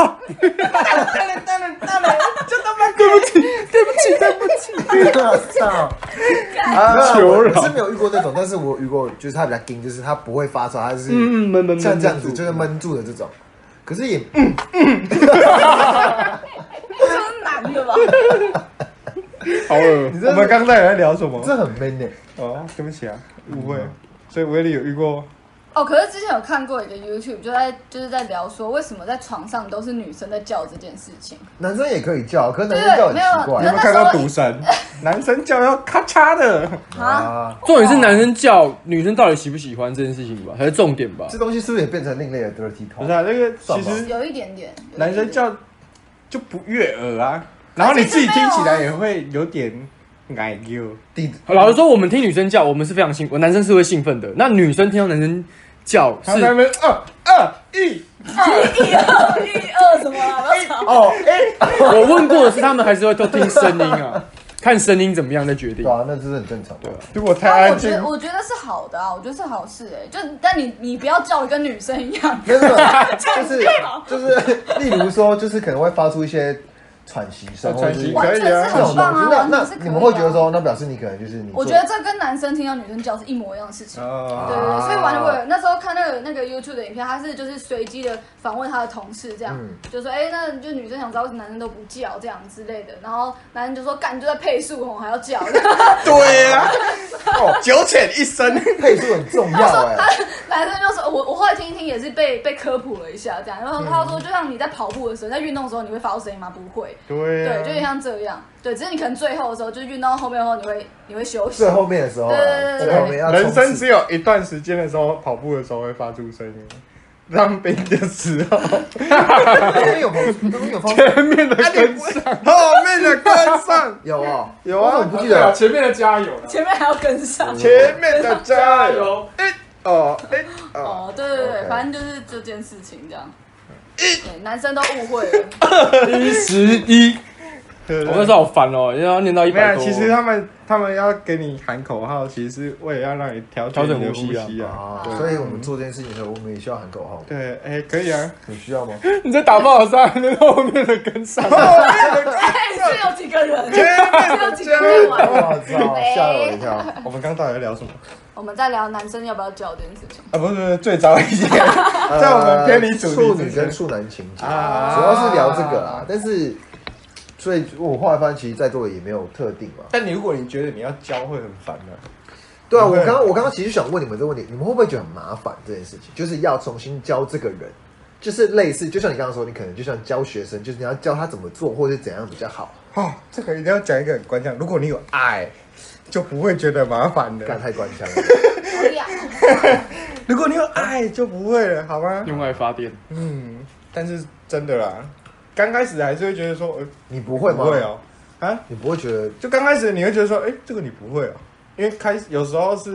A: 操！啊
B: 求饶
A: 我是没有遇过那种，但是我遇过，就是他比较硬，就是他不会发烧，他是
B: 嗯嗯，闷闷闷，
A: 像这样子
B: 闷住
A: 就是闷住的这种。可是也
C: 这是男的吧？
B: 好恶
A: 你
D: 我
A: 这
D: 们刚才有在聊什么？
A: 这嗯很 man 呢、
D: 哦，对不起啊，误会。所以威力有遇过，
C: 哦，可是之前有看过一个 YouTube，就在就是在聊说为什么在床上都是女生在叫这件事情。
A: 男生也可以叫，可是男生叫很奇
D: 你
C: 对没
D: 有
A: 怪
D: 没有看过赌 神？男生叫要咔嚓的，
C: 啊，
A: 啊。
B: 重点是男生叫女生到底喜不喜欢这件事情吧，才是重点吧。
A: 这东西是不是也变成另类的 dirty
D: 不
A: talk？
D: 是啊，那个其
A: 算
D: 实
C: 有一点点。有一点点
D: 男生叫就不悦耳啊，然后你自己听起来也会有点矮哟。
A: 弟
B: 老实说，我们听女生叫，我们是非常兴，我男生是会兴奋的。那女生听到男生叫
D: 他在那
B: 是
D: 边二二一，
C: 哎一二一二什么 啊？不要吵
A: 哦，
B: 我问过的是，他们还是会都听声音 啊，看声音怎么样再决定
A: 对。啊，那这是很正常的。
D: 如果太
C: 但我
D: 安
C: 觉
D: 静
C: 得，我觉得是好的啊，我觉得是好事哎、就但你你不要叫的跟女生一 样，
A: 没有，没有就是就是，例如说，就是可能会发出一些喘息声，
D: 喘息
A: 或者
C: 完
A: 是
C: 全是
A: 啊这种
C: 很棒
A: 东西
C: 啊，。
A: 那
C: 完全
A: 那
C: 是可以、啊。
A: 你们会觉得，说，那表示你可能就是你做，
C: 我觉得这跟男生听到女生叫是一模一样的事情。对
D: 哦，
C: 对对，所以完了，
A: 啊
C: 我有那时候看那个那个 YouTube 的影片，他是就是随机的访问他的同事，这样、
A: 嗯
C: 就说，哎、那就女生想知道为什么男生都不叫这样之类的，然后男生就说，干你就在配速哦吼，还要叫，
D: 对啊，哦，九浅一深，
A: 配速很 重要哎。
C: 男生就说，我我后来听一听也是被被科普了一下，这样，然后他
A: 嗯
C: 说，就像你在跑步的时候，在运动的时候，你会发出声音吗？不会，
D: 对
C: 对，就有点
D: 啊，
C: 像这样，对，只是你可能最后的时候，就是运动到后面的时候，你会你会休息
A: 最，后面的时候啊，
C: 对对对对
A: 最后面要
D: 人生
A: 冲刺
D: 只有一段时间的时候，跑步的时候会发出声音。当兵的时候，
A: 中间有方，中间有方，
B: 前面的跟上，
D: 后面的跟上，
A: 有啊，
D: 有啊
A: 我怎么不记得了？
B: 前面的加油啊
C: 前面还要跟上。
D: 前面的加油，！哎哦哎哦，
C: 哦，对对对，
A: OK
C: 反正就是这件事情这样。
D: 嗯
C: 对，男生都误会 了，
B: 一十一，
D: 对对
B: 我那
D: 对
B: 时候好烦哦，因为要念到一
D: 没有
B: 百
D: 啊，
B: 多。
D: 其实他们他们要给你喊口号，其实是为了要让你调
B: 调整
D: 你的
B: 呼吸啊
D: 吸啊。
A: 啊，所以我们做这件事情的时候，我们也需要喊口号，
D: 对，哎，可以 啊。
A: 你需要吗？
B: 你在打不好伤，那后面的跟上。
D: 哦
C: 哎，是有几个人，
D: 前面
C: 是有几个人
A: 我
C: 玩。哎
A: 操，吓了我一跳。
D: 我们刚到底在聊什么？
C: 我们在聊男生要不要叫这件事情。
D: 啊，不是不是，最早一点，在我们偏离主
A: 呃处
D: 题
A: 女
D: 之前
A: 跟处男情节，主
D: 啊
A: 要是聊这个啦。但是，所以我后来发现，其实在座的也没有特定嘛。
D: 但你如果你觉得你要教会很烦的，
A: 对啊，
D: 不
A: 我
D: 会
A: 刚刚我刚刚其实想问你们这个问题，你们会不会觉得很麻烦这件事情？就是要重新教这个人，就是类似，就像你刚刚说，你可能就像教学生，就是你要教他怎么做，或者怎样比较好。
D: 哦，这个一定要讲一个很关键。如果你有爱，就不会觉得麻烦
A: 干
D: 的。
A: 太官腔了，
C: 好呀，
D: 如果你有爱，就不会了，好吗？
B: 用爱发电，
D: 嗯，但是真的啦，刚开始还是会觉得说，呃，
A: 你不会吗？
D: 不会，哦，啊，
A: 你不会觉得
D: 就刚开始你会觉得说，哎、这个你不会哦、因为开始有时候是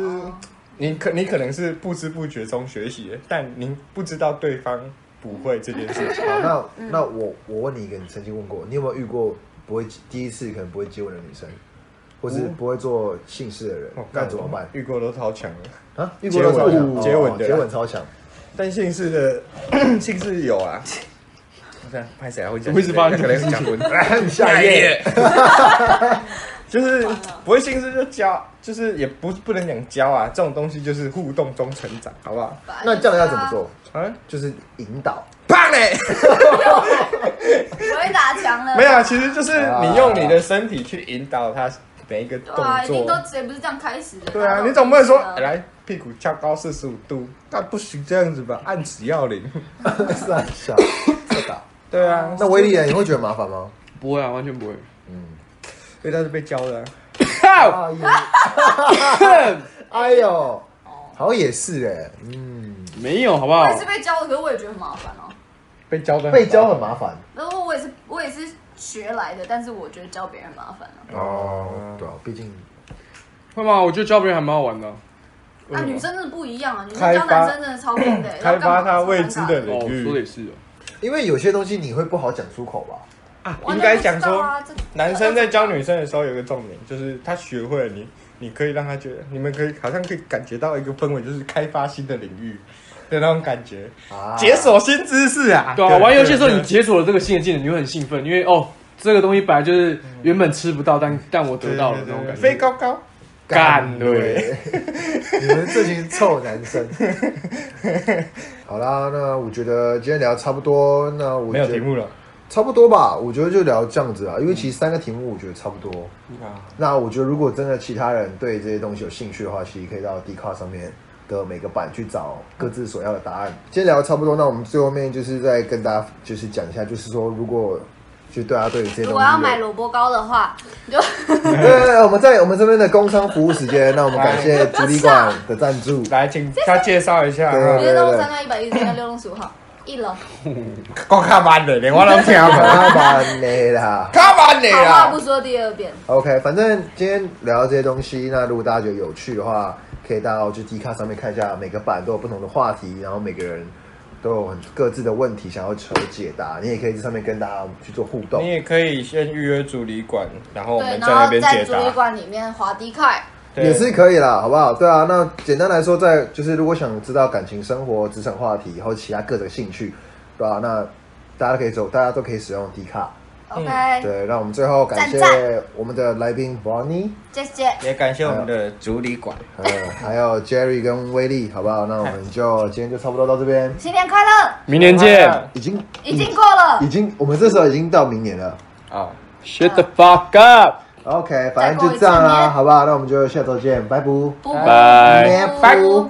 D: 你可你可能是不知不觉中学习的，但您不知道对方不会这件事情。
A: 好？
D: 嗯
A: 那那我我问你一个，你曾经问过，你有没有遇过不会第一次可能不会接吻的女生，或是
D: 我
A: 不会做性事的人
D: 哦，
A: 那怎么办？
D: 遇过都超强了，
A: 啊，遇过都超强，
D: 接吻的
A: 哦接吻超强，
D: 但姓氏的姓氏有啊，看拍谁还会讲？
B: 我一直发现
D: 可能讲 文，哎下一页，就是不会心思就教，就是也不不能讲教啊，这种东西就是互动中成长，好不好？
A: 那这样要怎么？做？
D: 啊，
A: 就是引导，
D: 胖嘞，
E: 我会打墙了。
D: 没有啊，其实就是你用你的身体去引导他每一个动
E: 对啊，一定都
D: 作。
E: 谁不是这样开始的？
D: 对啊，你总不能说、哎来屁股翘高四十五度，那不许这样子吧，按指 要领。
A: 是啊，是啊，是的。
D: 对
E: 哦
D: 啊，
A: 那威利人你会觉得麻烦吗？
B: 不会啊，完全不会。
D: 所以他是被教的啊、
B: 靠！
A: 哎呦，哎呦，好像也是哎，嗯，
B: 没有，好不好
E: 我？也是被教的，可是我也觉得很麻烦哦。
D: 被教的
A: 被教很麻烦
E: 然后我也是我也是学来的，但是我觉得教别人麻烦啊。
A: 哦，对啊，毕竟
B: 会吗？我觉得教别人还蛮好玩的啊。
E: 那女生真的不一样啊，女生
D: 嗯开
E: 教
D: 发
E: 男生真的超拼的，
D: 开发他未知的
E: 人。
D: 领
B: 哦，说
D: 域
B: 的也是哦。
A: 因为有些东西你会不好讲出口吧？
D: 啊，
E: 完
D: 应
E: 全
D: 该
E: 不知
D: 讲
E: 道
D: 说
E: 啊这
D: 男生在教女生的时候有一个重点，就是他学会了你，你可以让他觉得，你们可以好像可以感觉到一个氛围，就是开发新的领域的那种感觉，
A: 啊，
D: 解锁新知识啊！
B: 对啊，玩游戏的时候
D: 对
B: 你解锁了这个新的技能，你会很兴奋，因为哦，这个东西本来就是原本吃不到，但但我
D: 对
B: 得到了
D: 对
B: 那种
D: 对
B: 感
D: 飞
B: 觉。
D: 高高，
B: 干对，
A: 你们这群臭男生。 好啦，那我觉得今天聊得差不多，那我
D: 没有
A: 觉得
D: 题目了。
A: 差不多吧，我觉得就聊这样子啊，因为其实三个题目我觉得差不多。
D: 啊，
A: 那我觉得如果真的其他人对这些东西有兴趣的话，其实可以到 d c a r 上面的每个版去找各自所要的答案。今天聊的差不多，那我们最后面就是再跟大家就是讲一下，就是说如果就大家对于这些
E: 如
A: 东西有，
E: 果要买萝卜糕的话，你就
A: 对对对，我们在我们这边的工商服务时间，那我们感谢主力馆的赞 助。
D: 来，请他介绍一下。
A: 对
D: 啊
E: 直接到三段一百一十三六弄十五号，一楼
D: 我卡班的，连我都 听
A: 啊
D: 不懂。
A: 麻烦 你啦。
D: 卡班的
E: 好话
D: 啊
E: 不！说第二遍。
A: OK，反正今天聊到这些东西，那如果大家觉得有趣的话，可以到就 D 卡上面看一下，每个版都有不同的话题，然后每个人都有很各自的问题想要求解答，你也可以在上面跟大家去做互动
D: 你。也可以先预约主旅馆，然后我
E: 对，
D: 们
E: 然
D: 在那
E: 后
D: 边
E: 在
D: 解
E: 主旅
D: 答。
E: 馆里面滑低块，
D: 对
A: 也是可以啦，好不好？对啊，那简单来说在，就是如果想知道感情生活、职场话题，或其他各种兴趣，对吧、那大家可以走，大家都可以使用 D 卡。
D: 嗯
E: OK，
A: 对，让我们最后感谢
E: 赞赞
A: 我们的来宾 Bonnie，
E: 谢谢。
D: 也感谢我们的主旅馆。
A: 还有呃还有 Jerry 跟威力，好不好？那我们就今天就差不多到这边，
E: 新年快乐！
B: 明年见。
A: 已经
E: 已经过了
D: 嗯
A: 已，经，我们这时候已经到明年了。
D: 啊！
B: Shut the fuck up！
A: OK，反正
E: 再过一
A: 就这样
E: 次
A: 啦，
E: 年
D: 嗯
A: 好不好？那我们就下周见，拜拜。
E: 不
B: 拜
E: 不不，
A: 拜
E: 喵